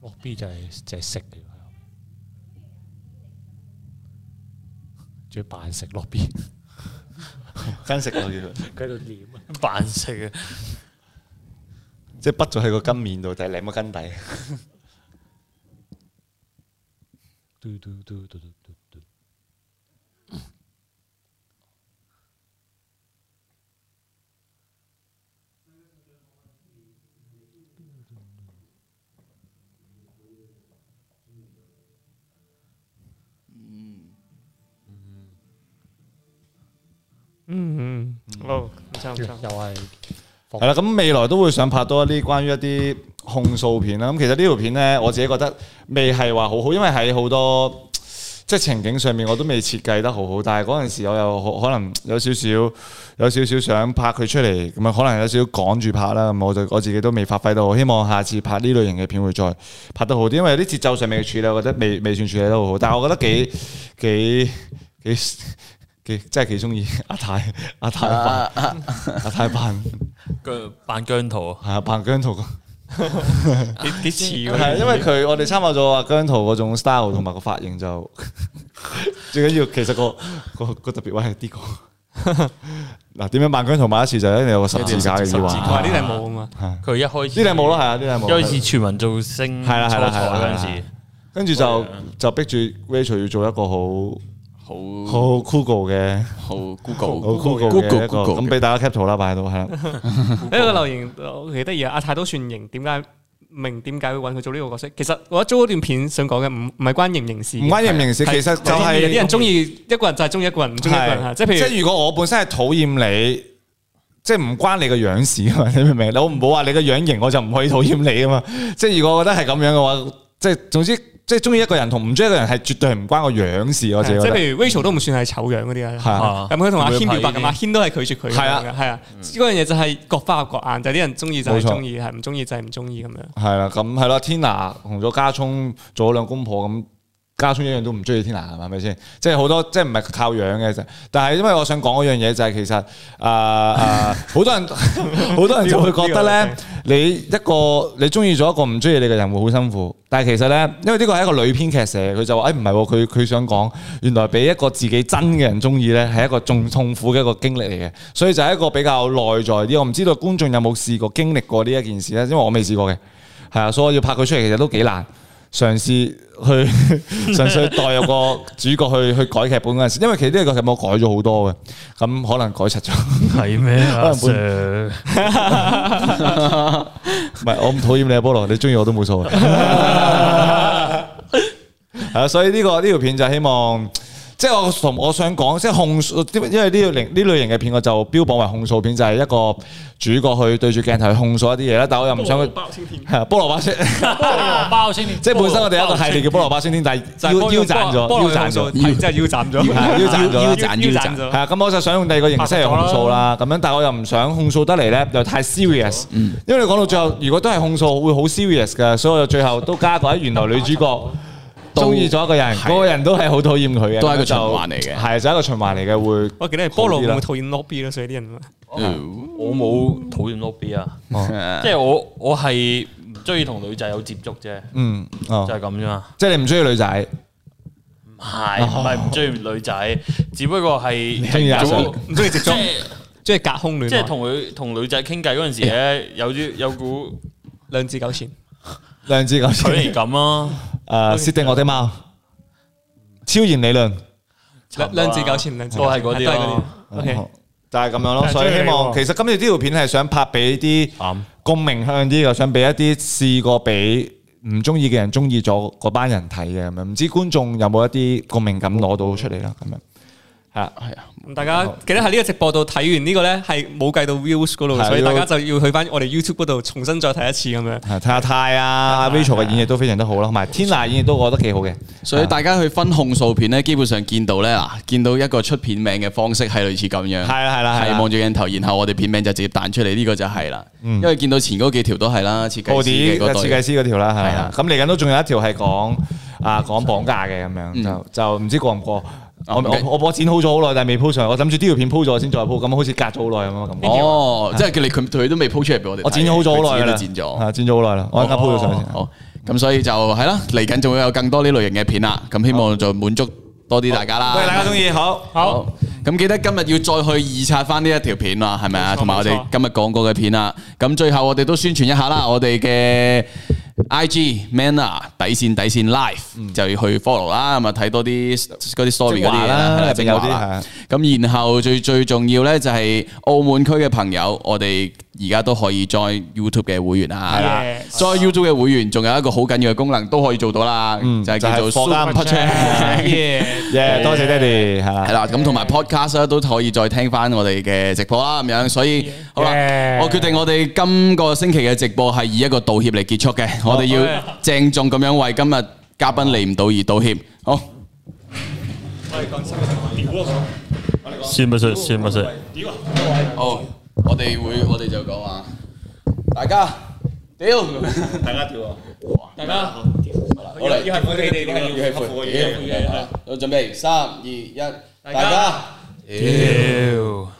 E: 落 B 就係就係食嘅，仲要扮食落 B，
A: 跟食落去，
E: 佢喺度念啊！
D: 扮食啊！
A: 即係畢咗喺個筋面度，就係舐個筋底。
E: 嘟嘟嘟嘟嘟嘟嘟。
B: 嗯嗯，好，唔錯唔
E: 又
B: 錯。
E: 係
A: 係啦，咁未來都會想拍多一啲關於一啲控訴片啦。咁其實呢條片呢，我自己覺得未係話好好，因為喺好多即係情景上面我都未設計得好好。但係嗰陣時我又可可能有少少有少少想拍佢出嚟，咁啊可能有少少趕住拍啦。咁我就我自己都未發揮到好，希望下次拍呢類型嘅片會再拍得好啲，因為有啲節奏上面嘅處理，我覺得未未算處理得好好。但係我覺得幾幾幾幾真係幾中意阿泰阿泰
C: (laughs)
A: 扮阿泰扮。
D: 姜扮姜
A: (laughs)
D: 圖啊！
A: 係啊，扮姜濤
B: 幾幾似喎。
A: 係因為佢我哋參考咗阿姜濤嗰種 style 同埋個髮型 (laughs) 就最緊要，其實個個個特別位係呢個。 (laughs) 嗱，點樣扮姜濤買一次就一定有個十字架嘅耳
B: 同埋
A: 環，
B: 呢頂帽啊嘛，
D: 佢一開始
A: 呢頂冇咯，係啊，呢頂
D: 一開
A: 冇。
D: 始全民造星
A: 係啦係啦
D: 初台
A: 係啦
D: 嗰陣
A: 係啦
D: 時，
A: 跟住就就逼住 Rachel 要做一個好
C: 好
A: 好 Google 嘅，
C: 好
A: 好
C: Google
A: Google 嘅一個
C: Google
A: 咁俾大家 cap 圖啦，擺喺度係啦。
B: 呢個留言我幾得意啊！阿泰都算型，點解唔明點解會揾佢做呢個角色？其實我覺得租嗰段片想講嘅唔唔係關型唔型事嘅，
A: 唔關認唔認事，其實就
B: 係有啲
A: 係
B: 人中意一個人就係中意一個人，唔中意一個人嚇。即係譬如
A: 即係如果我本身係討厭你，即係唔關你個樣事啊嘛，你 (laughs) 明唔明？我唔好話你個樣型，我就唔可以討厭你啊嘛。即係如果我覺得係咁樣嘅話，即係總之，即係中意一個人同唔中意一個人係絕對係唔關個樣事，我自己
B: 即
A: 覺得
B: 係譬如 Rachel 都唔算係醜樣嗰啲啊。
A: 係啊
D: 啊
B: 咁佢同阿軒表白
D: 會
B: 咁，阿
D: 拍呢
B: 軒都係拒絕佢咁
A: 係啊
B: 樣嘅，係啊。嗰樣嘢就係各花入各眼，就係啲人中意就係
A: 冇錯
B: 中意，係唔中意就係唔中意咁樣。
A: 係啦。咁係啦，Tina 同咗家聰做咗兩公婆咁。家聰一樣都唔中意 Tina 係咪先？即係好多即係唔係靠樣嘅啫。但係因為我想講嗰樣嘢就係其實啊啊，好、多人好多人就會覺得
B: 呢個呢
A: 咧
B: 個，
A: 你一個你中意咗一個唔中意你嘅人會好辛苦。但係其實咧，因為呢個係一個女編劇寫，佢就話誒哎唔係喎，佢佢想講原來俾一個自己真嘅人中意咧，係一個仲痛苦嘅一個經歷嚟嘅。所以就係一個比較內在啲。我唔知道觀眾有冇試過經歷過呢一件事咧，因為我未試過嘅。係啊，所以我要拍佢出嚟其實都幾難。嘗試去嘗試去代入個 (laughs) 主角去去改劇本嗰陣時，因為其實呢個劇本我改咗好多嘅，咁可能改柒 (laughs) 咗。
D: 係咩啊
A: 可
D: Sir？
A: 唔係，我唔討厭你啊，菠蘿，你中意我都冇 (laughs) 所謂。係啊，所以呢、個呢條片就希望。即係我同我想講，即係控訴，因為呢類型呢類型嘅片我就標榜為控訴片，就係、一個主角去對住鏡頭去控訴一啲嘢啦。但我又唔想佢係啊菠蘿包先，
E: 包先，
A: 即係本身我哋有一個系列叫菠蘿包先天，但係腰腰斬咗，腰斬咗。
B: 係真係腰 (laughs) 斬咗，
A: 係腰斬咗
C: 腰斬腰斬
A: 係啊，咁我就想用第二個形式嚟控訴啦，咁樣，但係我又唔想控訴得嚟咧，又太 serious，因為你講到最後，如果都係控訴，會好 serious 嘅，所以我就最後都加過，原來女主
C: (laughs)
A: 角中意咗一個人，
C: 係
A: 嗰個人都係好討厭佢嘅，
C: 都係一
A: 咁就
C: 個循環嚟嘅
A: 係就係一個循環嚟嘅會。
B: 我記得係菠蘿冇討厭 lobby 咯，所以啲人
D: 我冇討厭 lobby 啊，
A: 哦
D: 即係我我係唔中意同女仔有接觸啫，
A: 嗯，哦
D: 就，係咁啫嘛。
A: 即係你唔中意女仔，
C: (laughs)
D: 唔係唔係唔中意女仔，只不過係
A: 中意阿
D: 做
A: Sir
B: 唔中意直
D: 即
B: 裝，
D: 係
A: 啊
B: 中意隔空戀愛，
D: 即係同佢同女仔傾偈嗰陣時咧，有啲有股
B: 兩至九錢。
A: 梁志咁
D: 距
A: (laughs)
D: 離感咯。
A: 誒，設定我的貓，超然理論。
B: 兩兩至九千，兩至九
D: 都係
B: 千
D: 嗰啲
B: 係
D: 咯。
B: O K，
A: 哦就係咁樣咯，所以希望其實今次呢條片係想拍俾啲
D: 啱
A: 共鳴向啲嘅，想俾一啲試過俾唔中意嘅人中意咗嗰班人睇嘅咁樣，唔知觀眾有冇一啲共鳴感攞到出嚟啦咁樣。係啊，
C: 係啊，
B: 咁大家記得喺呢個直播度睇完呢個咧，係冇計到 views 嗰度，
A: 係
B: 所以
A: 要
B: 大家就要去翻我哋 YouTube 嗰度重新再睇一次咁樣。
A: 係睇下泰啊，Rachel 嘅演繹都非常之好啦，同埋天娜演繹都我覺得幾好嘅。
C: 所以大家去分控訴片咧，基本上見到咧嗱，見到一個出片名嘅方式係類似咁樣，
A: 係啊啦係啦係啦
C: 嗯係啊望住鏡頭，然後我哋片名就直接彈出嚟，呢個就係啦。
A: 嗯
C: 因為見到前嗰幾條都係啦，設計
A: 奧
C: 師嘅
A: 迪
C: 嗰
A: 哦設計
C: 對，
A: 師嗰條啦，係
C: 係
A: 啊
C: 啊。
A: 咁嚟緊都仲有一條係講啊講綁架嘅咁樣，就就唔知過唔過。我我
C: OK
A: 我我剪好咗好耐，但係未 po 上。我諗住呢條片 po 咗先再 po，咁好似隔咗好耐咁啊感覺。
C: 哦，即係佢哋佢佢都未 po 出嚟俾我哋睇，
A: 我哦剪咗好咗好耐㗎啦，哦
C: 佢自己都剪咗。
A: 啊，剪咗好耐啦，我啱啱 po 咗上先。
C: 好，咁所以就係啦，嚟緊仲會有更多呢類型嘅片啦。咁希望就滿足多啲大家啦。
A: 多謝大家中意，好。
E: 好。
C: 咁記得今日要再去二刷翻呢一條片啦，係咪啊？同埋我哋今日講過嘅片啦。咁最後我哋都宣傳一下啦，我哋嘅 I G Manner 底線底線 Live 就要去 follow 啦，咁啊睇多啲嗰啲 story 嗰啲嘢啦，係啦
A: 精
C: 精
A: 華啦入邊有啲
C: 華啦。咁然後最最重要咧就係澳門區嘅朋友，我哋而家都可以 join YouTube 嘅會員啊。
A: 係啦
C: join YouTube 嘅會員仲有一個好緊要嘅功能都可以做到啦，
A: 嗯
C: 就係叫做
A: 就係課金
C: Super Chat。
A: 耶，多謝爹哋，係
C: 系
A: 啦，
C: 啦，咁同埋 podcast 咧都可以再聽翻我哋嘅直播啦，咁樣，所以好啦
E: Yeah，
C: 我決定我哋今個星期嘅直播係以一個道歉嚟結束嘅，我哋要鄭重咁樣為今日嘉賓嚟唔到而道歉。好，
D: 算不算？算不算？
C: 好，我哋會我哋就講話，大家屌，大家屌啊，
B: 大家
C: 好嚟，
B: 要係我哋
C: 要係負嘅，好準備，三二一，大家。
D: 屌！